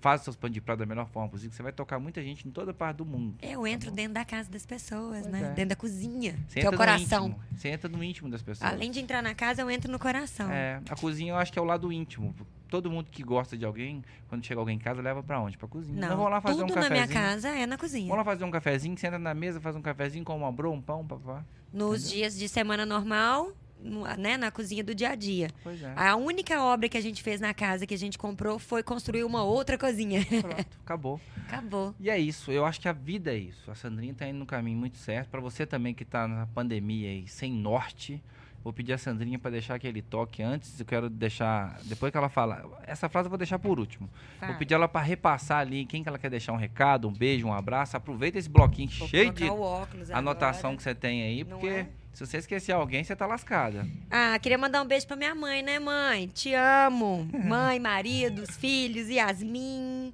S1: faça seus pães de prato da melhor forma possível, que você vai tocar muita gente em toda parte do mundo.
S2: Eu entro dentro da casa das pessoas,
S1: Tá Pois
S2: né?
S1: é.
S2: Dentro da cozinha,
S1: Você
S2: que
S1: entra
S2: é o
S1: no
S2: coração.
S1: íntimo, Você entra no íntimo das pessoas.
S2: Além de entrar na casa, eu entro no coração.
S1: É, a cozinha eu acho que é o lado íntimo. Todo mundo que gosta de alguém, quando chega alguém em casa, leva pra onde? Pra cozinha. Nós
S2: Não,
S1: vamos lá fazer
S2: tudo
S1: um
S2: na
S1: cafezinho.
S2: minha casa é na cozinha.
S1: Vamos lá fazer um cafezinho, senta na mesa, faz um cafezinho com uma broa, um pão, papá.
S2: Nos
S1: Entendeu?
S2: dias de semana normal, no- né, na cozinha do dia a dia.
S1: Pois é.
S2: A única obra que a gente fez na casa que a gente comprou foi construir uma outra cozinha.
S1: Pronto, acabou.
S2: Acabou.
S1: E é isso, eu acho que a vida é isso. A Sandrinha tá indo no caminho muito certo. Pra você também que tá na pandemia aí, sem norte, vou pedir a Sandrinha pra deixar aquele toque antes. Eu quero deixar, depois que ela fala, essa frase eu vou deixar por último. Vou
S2: Fala.
S1: pedir ela pra repassar ali quem que ela quer deixar um recado, um beijo, um abraço. Aproveita esse bloquinho
S2: Vou
S1: cheio
S2: colocar
S1: de
S2: o óculos
S1: a anotação
S2: agora.
S1: que você tem aí,
S2: Não
S1: porque
S2: é?
S1: se você esquecer alguém, você tá lascada.
S2: Ah, queria mandar um beijo pra minha mãe, né, mãe? Te amo. Mãe, maridos, filhos, Yasmin,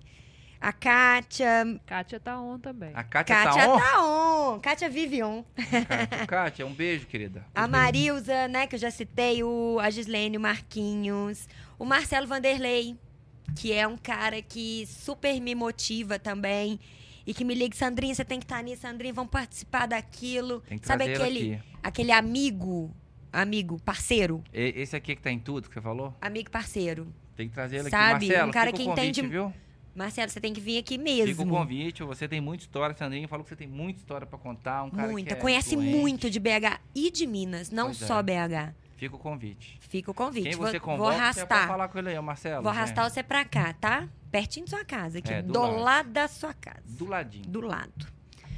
S2: a Kátia.
S3: Kátia tá on também.
S1: A Kátia,
S2: Kátia
S1: tá on?
S2: tá on. Kátia vive on.
S1: Kátia. Kátia, um beijo, querida.
S2: A Marilza, né, que eu já citei, o, a Gislene, o Marquinhos, o Marcelo Vanderlei, que é um cara que super me motiva também. E que me liga, Sandrinha, você tem que estar nisso, Sandrinha, vamos participar daquilo.
S1: Tem que
S2: Sabe
S1: trazer ela
S2: aquele,
S1: aqui.
S2: aquele amigo, amigo, parceiro?
S1: E- Esse aqui que tá em tudo, que você falou?
S2: Amigo parceiro.
S1: Tem que trazer ele aqui.
S2: Sabe,
S1: Marcelo,
S2: um cara
S1: fica
S2: que
S1: o convite,
S2: entende
S1: viu?
S2: Marcelo, você tem que vir aqui
S1: Fica o
S2: mesmo.
S1: convite, você tem muita história. Sandrinha falou que você tem muita história pra contar. Um cara que
S2: Muita.
S1: é
S2: Conhece
S1: influente.
S2: muito de BH e de Minas, não
S1: Pois é.
S2: só BH.
S1: Fica o convite.
S2: Fica o convite.
S1: Quem
S2: Vou-
S1: você
S2: vou,
S1: convoca, você pode
S2: arrastar.
S1: falar com ele aí, ó, Marcelo.
S2: Vou
S1: né?
S2: arrastar você pra cá, tá? Pertinho de sua casa, aqui.
S1: É, do
S2: do
S1: lado.
S2: lado da sua casa.
S1: Do ladinho.
S2: Do lado. O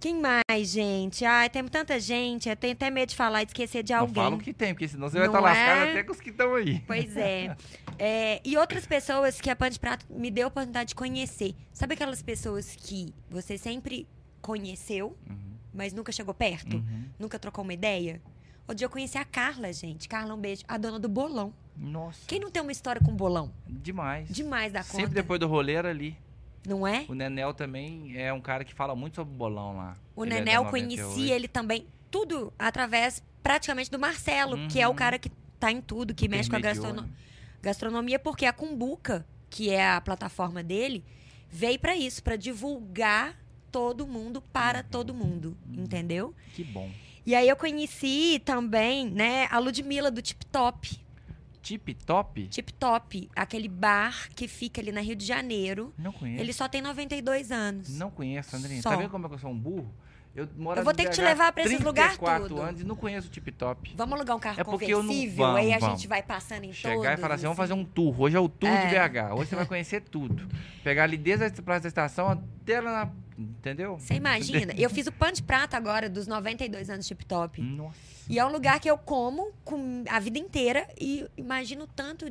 S2: Quem mais, gente? Ai, tem tanta gente. Eu tenho até medo de falar e de esquecer de
S1: Não
S2: alguém.
S1: fala o que tem, porque senão você vai
S2: Não
S1: estar lascado
S2: é?
S1: até com os que estão aí.
S2: Pois é. É, E outras pessoas que a Pan de Prato me deu a oportunidade de conhecer. Sabe aquelas pessoas que você sempre conheceu,
S1: Uhum,
S2: mas nunca chegou perto?
S1: uhum.
S2: Nunca trocou uma ideia? Outro dia eu conheci a Carla, gente. Carla, um beijo. A dona do bolão.
S1: Nossa,
S2: Quem não tem uma história com bolão?
S1: demais.
S2: Demais da conta.
S1: Sempre depois do rolê era ali.
S2: Não é?
S1: O Nenel também é um cara que fala muito sobre bolão lá.
S2: O
S1: Ele é da
S2: Nenel
S1: 98.
S2: conhecia ele também. Tudo através praticamente do Marcelo, que é o
S1: Uhum.
S2: cara que tá em tudo, que mexe com a
S1: Intermediou,
S2: gastrono-
S1: né?
S2: gastronomia, porque a Cumbuca, que é a plataforma dele, veio pra isso, pra divulgar todo mundo para todo mundo,
S1: Uhum.
S2: entendeu?
S1: Que bom.
S2: E aí eu conheci também, né, a Ludmilla do Tip Top.
S1: Tip Top?
S2: Tip Top, aquele bar que fica ali na Rio de Janeiro.
S1: Não conheço.
S2: Ele só tem 92 anos.
S1: É. Não conheço, Sandrinha.
S2: Só.
S1: Tá vendo como é que eu sou um burro? Eu moro
S2: Eu vou
S1: no
S2: ter que te
S1: BH
S2: levar pra esses lugar
S1: 34
S2: tudo.
S1: anos e não conheço o Tip Top.
S2: Vamos alugar um carro
S1: É porque eu não-
S2: conversível,
S1: vamos,
S2: aí a
S1: vamos.
S2: gente vai passando em
S1: Chegar
S2: todos,
S1: e falar assim, vamos
S2: assim.
S1: fazer um tour. Hoje é o tour
S2: É.
S1: de BH. Hoje você vai conhecer tudo. Pegar ali desde a praça da estação até lá na... Entendeu?
S2: Você imagina? Eu fiz o pano de prata agora, dos 92 anos Tip Top.
S1: Nossa,
S2: E é um lugar que eu como com a vida inteira e imagino o tanto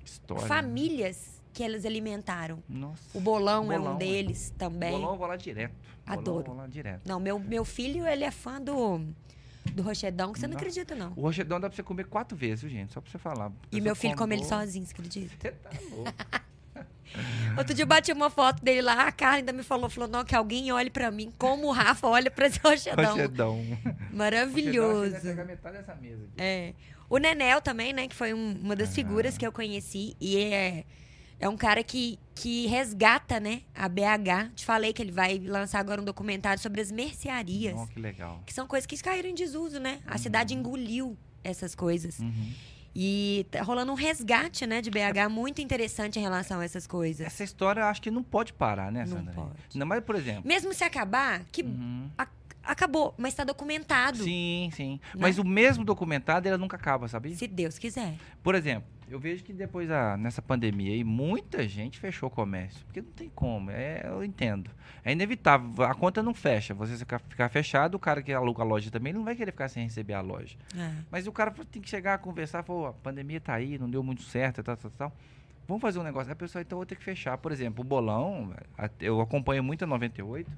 S1: que história.
S2: famílias que elas alimentaram.
S1: Nossa.
S2: O bolão, é
S1: Bolão,
S2: um
S1: é.
S2: deles também.
S1: Bolão eu vou lá direto. Bolão eu
S2: Adoro.
S1: vou lá direto.
S2: Não, meu, meu filho, ele é fã do, do Rochedão, que você não
S1: Não.
S2: acredita, não.
S1: O rochedão dá pra você comer quatro vezes, viu, gente? Só pra você falar.
S2: E
S1: Eu
S2: meu
S1: só
S2: filho
S1: como
S2: come ele
S1: bolo.
S2: sozinho, você acredita?
S1: Você tá louco.
S2: Outro dia eu bati uma foto dele lá, a Carla ainda me falou, falou, não, que alguém olhe pra mim, como o Rafa olha pra esse Rochedão.
S1: Rochedão.
S2: Maravilhoso.
S1: metade dessa mesa aqui.
S2: É. O Nenel também, né? Que foi um- uma das
S1: Aham.
S2: figuras que eu conheci. E é, é um cara que, que resgata, né? A BH. Te falei que ele vai lançar agora um documentário sobre as mercearias.
S1: Oh, que legal.
S2: Que são coisas que caíram em desuso, né? A
S1: Uhum.
S2: cidade engoliu essas coisas.
S1: Uhum.
S2: E tá rolando um resgate, né? De BH muito interessante em relação a essas coisas.
S1: Essa história eu acho que não pode parar, né,
S2: Não
S1: Sandra?
S2: pode.
S1: Ainda mais, por exemplo.
S2: Mesmo se acabar, que
S1: Uhum.
S2: acabou. Mas tá documentado.
S1: Sim, sim.
S2: Né?
S1: Mas o mesmo documentário, ela nunca acaba, sabe?
S2: Se Deus quiser.
S1: Por exemplo, eu vejo que depois da, nessa pandemia aí, muita gente fechou o comércio. Porque não tem como, é, eu entendo. É inevitável, a conta não fecha. Você ficar- ficar fechado, o cara que aluga a loja também não vai querer ficar sem receber a loja.
S2: É.
S1: Mas o cara tem que chegar a conversar, falou, a pandemia tá aí, não deu muito certo, tal, tal, tal. Vamos fazer um negócio. Aí a pessoa então vou ter que fechar. Por exemplo, o bolão, a- eu acompanho muito a 98.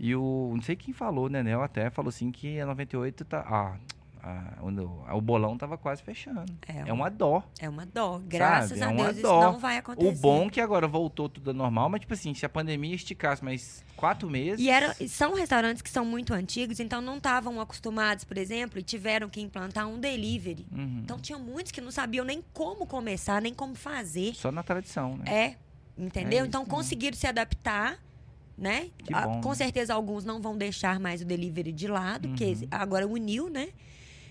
S1: E o. Não sei quem falou, né, Nenel até falou assim que a 98 tá. Ah, a- o, no- o bolão tava quase fechando. É uma dó.
S2: É uma dó. Graças
S1: É
S2: a
S1: uma
S2: Deus isso
S1: dó.
S2: não vai acontecer.
S1: O bom é que agora voltou tudo ao normal, mas tipo assim, se a pandemia esticasse mais quatro meses.
S2: E era, e são restaurantes que são muito antigos, então não estavam acostumados, por exemplo, e tiveram que implantar um delivery.
S1: Uhum.
S2: Então tinha muitos que não sabiam nem como começar, nem como fazer.
S1: Só na tradição, né?
S2: É, entendeu?
S1: É
S2: então
S1: isso mesmo.
S2: conseguiram se adaptar, né?
S1: Que
S2: Ah,
S1: bom,
S2: Com
S1: né?
S2: certeza alguns não vão deixar mais o delivery de lado, porque
S1: Uhum.
S2: agora uniu, né?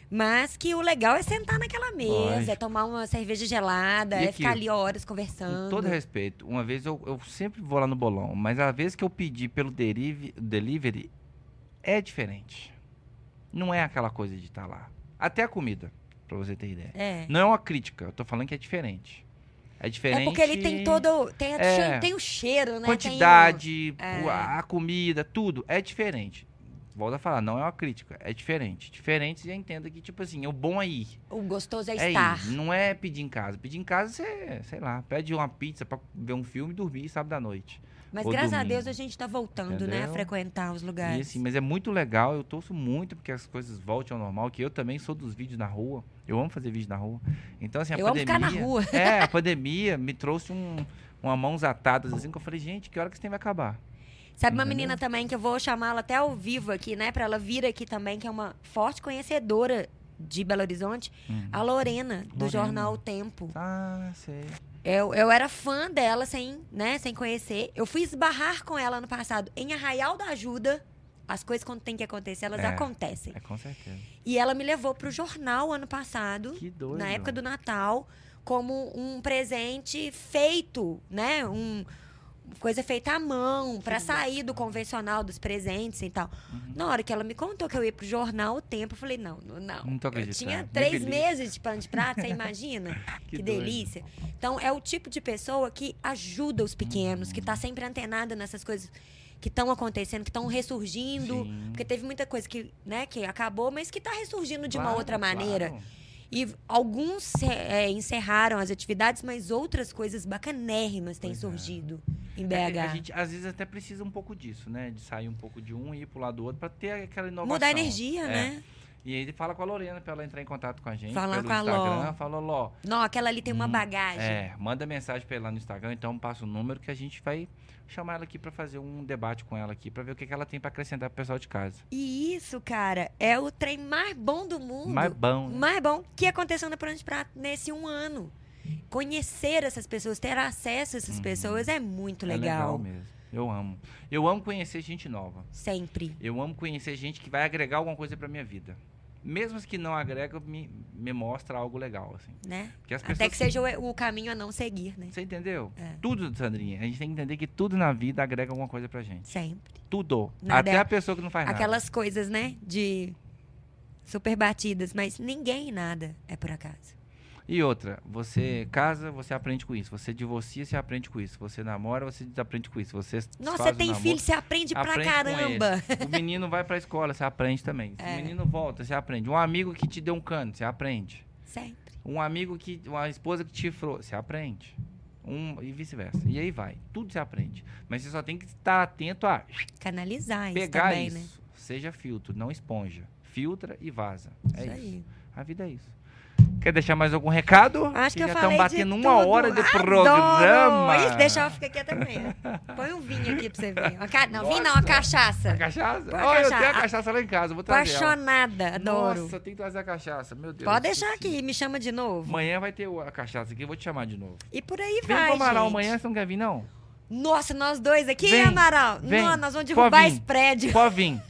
S2: Mas que o legal é sentar naquela mesa,
S1: Lógico.
S2: é tomar uma cerveja gelada,
S1: E
S2: é
S1: aqui,
S2: ficar ali horas
S1: Com
S2: conversando.
S1: todo respeito, uma vez eu, eu sempre vou lá no bolão, mas a vez que eu pedi pelo derive- delivery é diferente. Não é aquela coisa de estar lá. Até a comida, pra você ter ideia.
S2: É.
S1: Não é uma crítica, eu tô falando que é diferente. É diferente.
S2: É porque ele tem todo. Tem, a-
S1: É.
S2: tem o cheiro, né? Tem o-
S1: Quantidade,
S2: É.
S1: o- a a comida, tudo. É diferente. Volto a falar, não é uma crítica, é diferente. Diferente, você já entenda que, tipo assim, é o bom aí.
S2: O gostoso é,
S1: É
S2: estar.
S1: isso, não é pedir em casa. Pedir em casa, você, sei lá, pede uma pizza pra ver um filme e dormir sábado à noite.
S2: Mas
S1: Ou
S2: graças a
S1: domingo.
S2: Deus a gente tá voltando, né? A
S1: Entendeu?
S2: frequentar os
S1: E,
S2: lugares.
S1: assim, mas é muito legal, eu torço muito porque as coisas voltem ao normal, que eu também sou dos vídeos na rua. Eu amo fazer vídeo na rua. Então, assim, a
S2: Eu amo
S1: pandemia.
S2: ficar na rua.
S1: É, a pandemia me trouxe um, uma mãos atadas, assim, que eu falei, gente, que hora que esse tempo vai acabar?
S2: Sabe uma
S1: Entendeu?
S2: menina também que eu vou chamá-la até ao vivo aqui, né? Pra ela vir aqui também, que é uma forte conhecedora de Belo Horizonte,
S1: Hum.
S2: a Lorena, do
S1: Lorena.
S2: jornal O Tempo.
S1: Ah, sei.
S2: Eu, eu era fã dela sem, né, sem conhecer. Eu fui esbarrar com ela ano passado em Arraial da Ajuda. As coisas quando tem que acontecer, elas
S1: É.
S2: acontecem.
S1: É com certeza.
S2: E ela me levou pro jornal ano passado.
S1: Que doido.
S2: na época do Natal como um presente feito, né? Um coisa feita à mão pra sair do convencional dos presentes e tal.
S1: Uhum.
S2: Na hora que ela me contou que eu ia pro jornal o tempo, eu falei não, não.
S1: Não tô
S2: eu
S1: acreditando.
S2: tinha
S1: Que
S2: três
S1: delícia.
S2: meses de pano de prato, você imagina? que
S1: doido.
S2: delícia.
S1: Uhum.
S2: Então é o tipo de pessoa que ajuda os pequenos, que tá sempre antenada nessas coisas que estão acontecendo, que estão ressurgindo.
S1: Sim.
S2: Porque teve muita coisa que, né, que acabou, mas que está ressurgindo de uma
S1: Claro,
S2: outra maneira.
S1: claro.
S2: E alguns é, encerraram as atividades, mas outras coisas bacanérrimas têm
S1: Pois é.
S2: surgido em
S1: É,
S2: BH.
S1: A gente às vezes até precisa um pouco disso, né? De sair um pouco de um e ir pro lado do outro pra ter aquela inovação.
S2: Mudar a energia,
S1: É.
S2: né?
S1: E aí ele fala com a Lorena pra ela entrar em contato com a gente.
S2: Falar
S1: pelo
S2: com a Ló.
S1: Instagram, fala, Ló,
S2: Não, aquela ali tem uma
S1: Hum,
S2: bagagem.
S1: é, manda mensagem pra ela no Instagram, então passa o número que a gente vai chamar ela aqui pra fazer um debate com ela aqui, pra ver o que, que ela tem pra acrescentar pro pessoal de casa.
S2: E isso, cara, é o trem mais bom do mundo.
S1: Mas bom, né?
S2: mais bom que aconteceu na Plano de Prato nesse um ano. Conhecer essas pessoas, ter acesso a essas
S1: Uhum.
S2: pessoas é muito
S1: É legal
S2: legal.
S1: mesmo. Eu amo. Eu amo conhecer gente nova.
S2: Sempre.
S1: Eu amo conhecer gente que vai agregar alguma coisa pra minha vida. Mesmo as que não agrega, me, me mostra algo legal, assim.
S2: Né?
S1: Porque as
S2: Até
S1: pessoas-
S2: que seja o, o caminho a não seguir, né?
S1: Você entendeu?
S2: É.
S1: Tudo, Sandrinha. A gente tem que entender que tudo na vida agrega alguma coisa pra gente.
S2: Sempre.
S1: Tudo.
S2: Nada
S1: Até
S2: é-
S1: a pessoa que não faz nada.
S2: Aquelas coisas, né? De super batidas, mas ninguém e nada é por acaso.
S1: E outra, você casa, você aprende com isso. Você divorcia, você aprende com isso. Você namora, você aprende com isso. Você
S2: Nossa,
S1: desfaz
S2: você
S1: o
S2: tem
S1: namoro.
S2: filho, você aprende, pra
S1: Aprende com
S2: caramba.
S1: O menino vai pra escola, você aprende também.
S2: É.
S1: O menino volta, você aprende. Um amigo que te deu um cano, você aprende.
S2: Sempre.
S1: Um amigo que. Uma esposa que te frou, você aprende. Um, e vice-versa. E aí vai. Tudo se aprende. Mas você só tem que estar atento a
S2: Canalizar isso
S1: pegar
S2: também,
S1: isso.
S2: né?
S1: Seja filtro, não esponja. Filtra e vaza. É
S2: Isso
S1: isso.
S2: aí.
S1: A vida é isso. Quer deixar mais algum recado?
S2: Acho que
S1: já
S2: eu falei
S1: estamos batendo
S2: de
S1: uma
S2: tudo.
S1: hora de
S2: Adoro!
S1: programa.
S2: Ih, deixa eu ficar aqui até amanhã. Põe um vinho aqui pra você ver. Uma ca- Não, vinho não, uma
S1: Nossa.
S2: cachaça.
S1: A cachaça?
S2: Põe a
S1: Ó, eu
S2: cachaça.
S1: tenho a cachaça lá em casa, vou trazer ela.
S2: Apaixonada, adoro.
S1: Nossa, eu tenho que trazer a cachaça, meu Deus.
S2: Pode deixar
S1: esqueci.
S2: aqui, me chama de novo.
S1: Amanhã vai ter o- a cachaça aqui, eu vou te chamar de novo.
S2: E por aí
S1: Vem
S2: vai,
S1: pro Amaral
S2: gente.
S1: amanhã, você não quer vir, não?
S2: Nossa, nós dois aqui,
S1: Vem,
S2: Amaral.
S1: vem.
S2: Não, nós vamos
S1: Pode
S2: derrubar
S1: vir.
S2: esse prédio.
S1: Pode vir.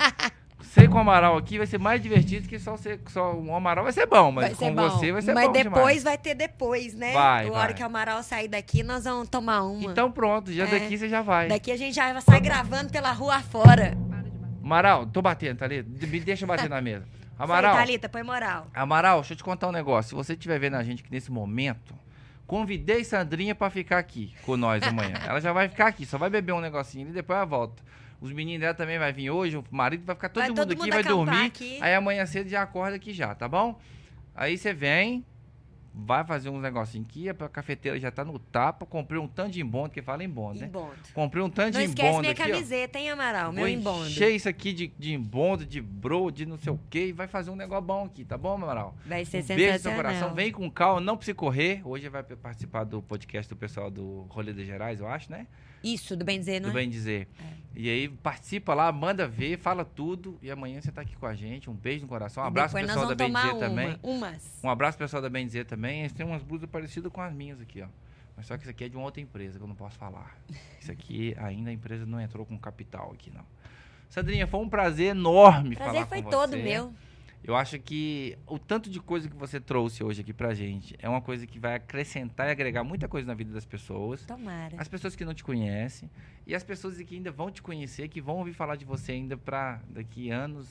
S1: Você com o Amaral aqui vai ser mais divertido que só você. Só o Amaral vai ser bom, mas
S2: vai
S1: com
S2: ser bom.
S1: você vai ser
S2: Mas
S1: bom demais.
S2: depois vai ter depois, né?
S1: Vai,
S2: a
S1: vai.
S2: hora que o Amaral sair daqui, nós vamos tomar uma.
S1: Então pronto, já
S2: É.
S1: daqui você já vai.
S2: Daqui a gente já vai sair gravando pela rua afora.
S3: Para de bater.
S1: Amaral, tô batendo, Thalita. Me deixa bater na mesa. Amaral,
S2: Sai, Thalita, põe moral.
S1: Amaral, deixa eu te contar um negócio. Se você estiver vendo a gente aqui nesse momento, convidei Sandrinha pra ficar aqui com nós amanhã. Ela já vai ficar aqui, só vai beber um negocinho ali e depois ela volta. Os meninos dela também vai vir hoje, o marido vai ficar todo
S2: Vai
S1: mundo
S2: todo
S1: aqui,
S2: mundo
S1: vai
S2: acampar
S1: dormir.
S2: aqui.
S1: Aí amanhã cedo já acorda aqui já, tá bom? Aí você vem, vai fazer uns negocinhos aqui, a cafeteira já tá no tapa. Comprei um tanto de embondo, que fala embondo, né?
S2: Embondo.
S1: Comprei um tanto
S2: Não
S1: de
S2: esquece
S1: embondo
S2: minha
S1: aqui, ó.
S2: camiseta, hein, Amaral? Meu
S1: Vou
S2: embondo.
S1: encher isso aqui de, de embondo, de bro, de não sei o quê. E vai fazer um negócio bom aqui, tá bom, Amaral?
S2: Vai ser
S1: Um
S2: é sensacional.
S1: beijo no seu coração. Vem com calma, não precisa correr. Hoje vai participar do podcast do pessoal do Rolê das Gerais, eu acho, né?
S2: Isso, do bem dizer, não
S1: do Um
S2: é?
S1: Bem Dizer. E aí, participa lá, manda ver, fala tudo. E amanhã você tá aqui com a gente. Um beijo no coração. Um
S2: E
S1: abraço pro
S2: Depois nós
S1: pessoal da
S2: vamos
S1: Bem
S2: tomar
S1: Dizer
S2: uma.
S1: também.
S2: Umas.
S1: Um abraço pro pessoal da Bem Dizer também. Eles têm umas blusas parecidas com as minhas aqui, ó. Mas só que isso aqui é de uma outra empresa que eu não posso falar. Isso aqui ainda a empresa não entrou com capital aqui, não. Sandrinha, foi um prazer enorme falar
S2: Prazer
S1: com
S2: foi
S1: você.
S2: todo meu.
S1: Eu acho que o tanto de coisa que você trouxe hoje aqui pra gente é uma coisa que vai acrescentar e agregar muita coisa na vida das pessoas.
S2: Tomara.
S1: As pessoas que não te conhecem e as pessoas que ainda vão te conhecer, que vão ouvir falar de você ainda pra daqui anos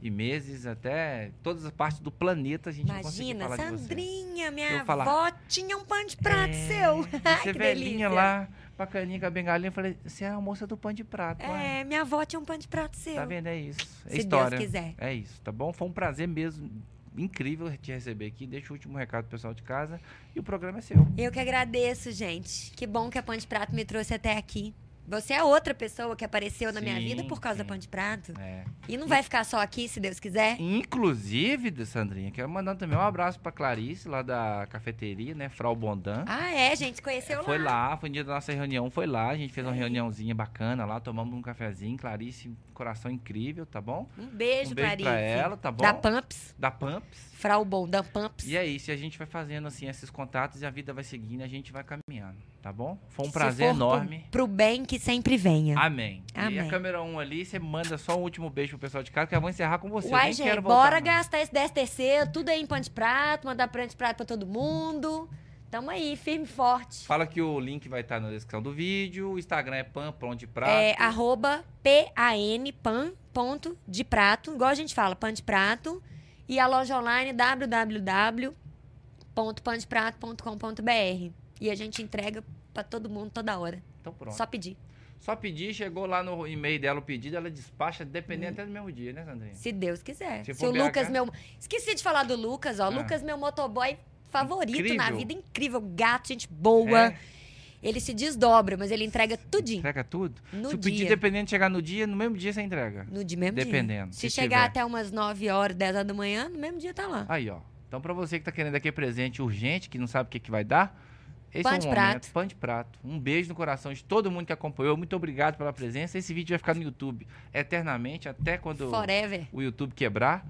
S1: e meses, até todas as partes do planeta a gente vai conseguir falar
S2: Imagina,
S1: de você.
S2: Sandrinha, minha
S1: Eu falar. É,
S2: avó tinha um pano de prato seu. Ai,
S1: Você
S2: que
S1: velhinha
S2: delícia.
S1: lá, bacaninha com a bengalinha, eu falei, você é a moça do pão de prato. ué."
S2: É, minha avó tinha um pano de prato seu.
S1: Tá vendo? É isso. É
S2: Se
S1: história.
S2: Deus quiser.
S1: É isso, tá bom? Foi um prazer mesmo, incrível te receber aqui. Deixa o último recado pro pessoal de casa e o programa é seu.
S2: Eu que agradeço, gente. Que bom que a Pão de Prato me trouxe até aqui. Você é outra pessoa que apareceu na minha
S1: Sim,
S2: vida por causa
S1: sim.
S2: da Pão de Prato.
S1: É.
S2: E não vai ficar só aqui, se Deus quiser.
S1: Inclusive, Sandrinha, quero mandar também um abraço pra Clarice, lá da cafeteria, né? Frau Bondan.
S2: Ah, é, gente, conheceu
S1: foi
S2: lá.
S1: lá, foi no dia da nossa reunião, foi lá, a gente fez uma reuniãozinha bacana lá, tomamos um cafezinho, Clarice, um coração incrível, tá bom?
S2: Um beijo,
S1: um beijo
S2: Clarice.
S1: pra ela, tá bom?
S2: Da Pamps,
S1: Da Pamps.
S2: Frau Bom, da Pamps.
S1: E é isso, e a gente vai fazendo assim esses contatos e a vida vai seguindo, e a gente vai caminhando, tá bom? Foi um
S2: Se
S1: prazer
S2: for pro-
S1: enorme. Ah,
S2: Pro bem que sempre venha.
S1: Amém. E a
S2: Amém.
S1: câmera 1 ali, você manda só um último beijo pro pessoal de casa, que eu vou encerrar com você. Eu
S2: Uai,
S1: nem
S2: gente,
S1: quero voltar,
S2: bora
S1: não.
S2: gastar esse 10 terceiro, tudo aí em pão de prato, mandar pão de prato pra todo mundo. Tamo aí, firme e forte.
S1: Fala que o link vai estar na descrição do vídeo. O Instagram é pan, pão de prato.
S2: É arroba PAN, pan, ponto, de prato, igual a gente fala, pão de prato. E a loja online www.pandeprato.com.br. E a gente entrega pra todo mundo toda hora.
S1: Então pronto.
S2: Só pedir.
S1: Só pedir, chegou lá no e-mail dela o pedido, ela despacha dependendo
S2: Hum.
S1: até do mesmo dia, né, Sandrinha?
S2: Se Deus quiser.
S1: Se
S2: Se,
S1: for
S2: o
S1: BH.
S2: Lucas, meu. Esqueci de falar do Lucas, ó.
S1: Ah.
S2: Lucas, meu motoboy favorito na
S1: Incrível.
S2: vida, incrível. Gato, gente boa.
S1: É,
S2: Ele se desdobra, mas ele entrega tudinho.
S1: entrega tudo.
S2: No
S1: É. Se o pedido
S2: dia.
S1: dependendo chegar no dia, no mesmo dia você entrega.
S2: No dia mesmo dia.
S1: Dependendo,
S2: Se,
S1: se
S2: chegar
S1: tiver.
S2: até umas 9 horas, 10 horas da manhã, no mesmo dia tá lá.
S1: Aí, ó. Então, pra você que tá querendo aquele presente urgente, que não sabe o que, que vai dar, esse
S2: Pão
S1: é um
S2: de
S1: momento.
S2: prato.
S1: Pão de prato. Um beijo no coração de todo mundo que acompanhou. Muito obrigado pela presença. Esse vídeo vai ficar no YouTube eternamente, até quando
S2: Forever.
S1: o YouTube quebrar.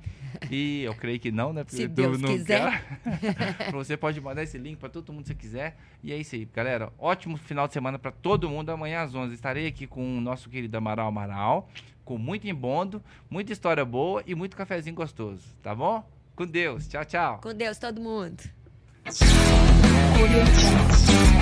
S1: E eu creio que não, né? Porque
S2: Se
S1: o YouTube
S2: Deus
S1: não
S2: quiser.
S1: quer. você pode mandar esse link pra todo mundo se quiser. E é isso aí, galera. Ótimo final de semana pra todo mundo. Amanhã às 11 estarei aqui com o nosso querido Amaral Amaral, com muito embondo, muita história boa e muito cafezinho gostoso, tá bom? Com Deus. Tchau, tchau.
S2: Com Deus, todo mundo.
S4: Audio Jungle.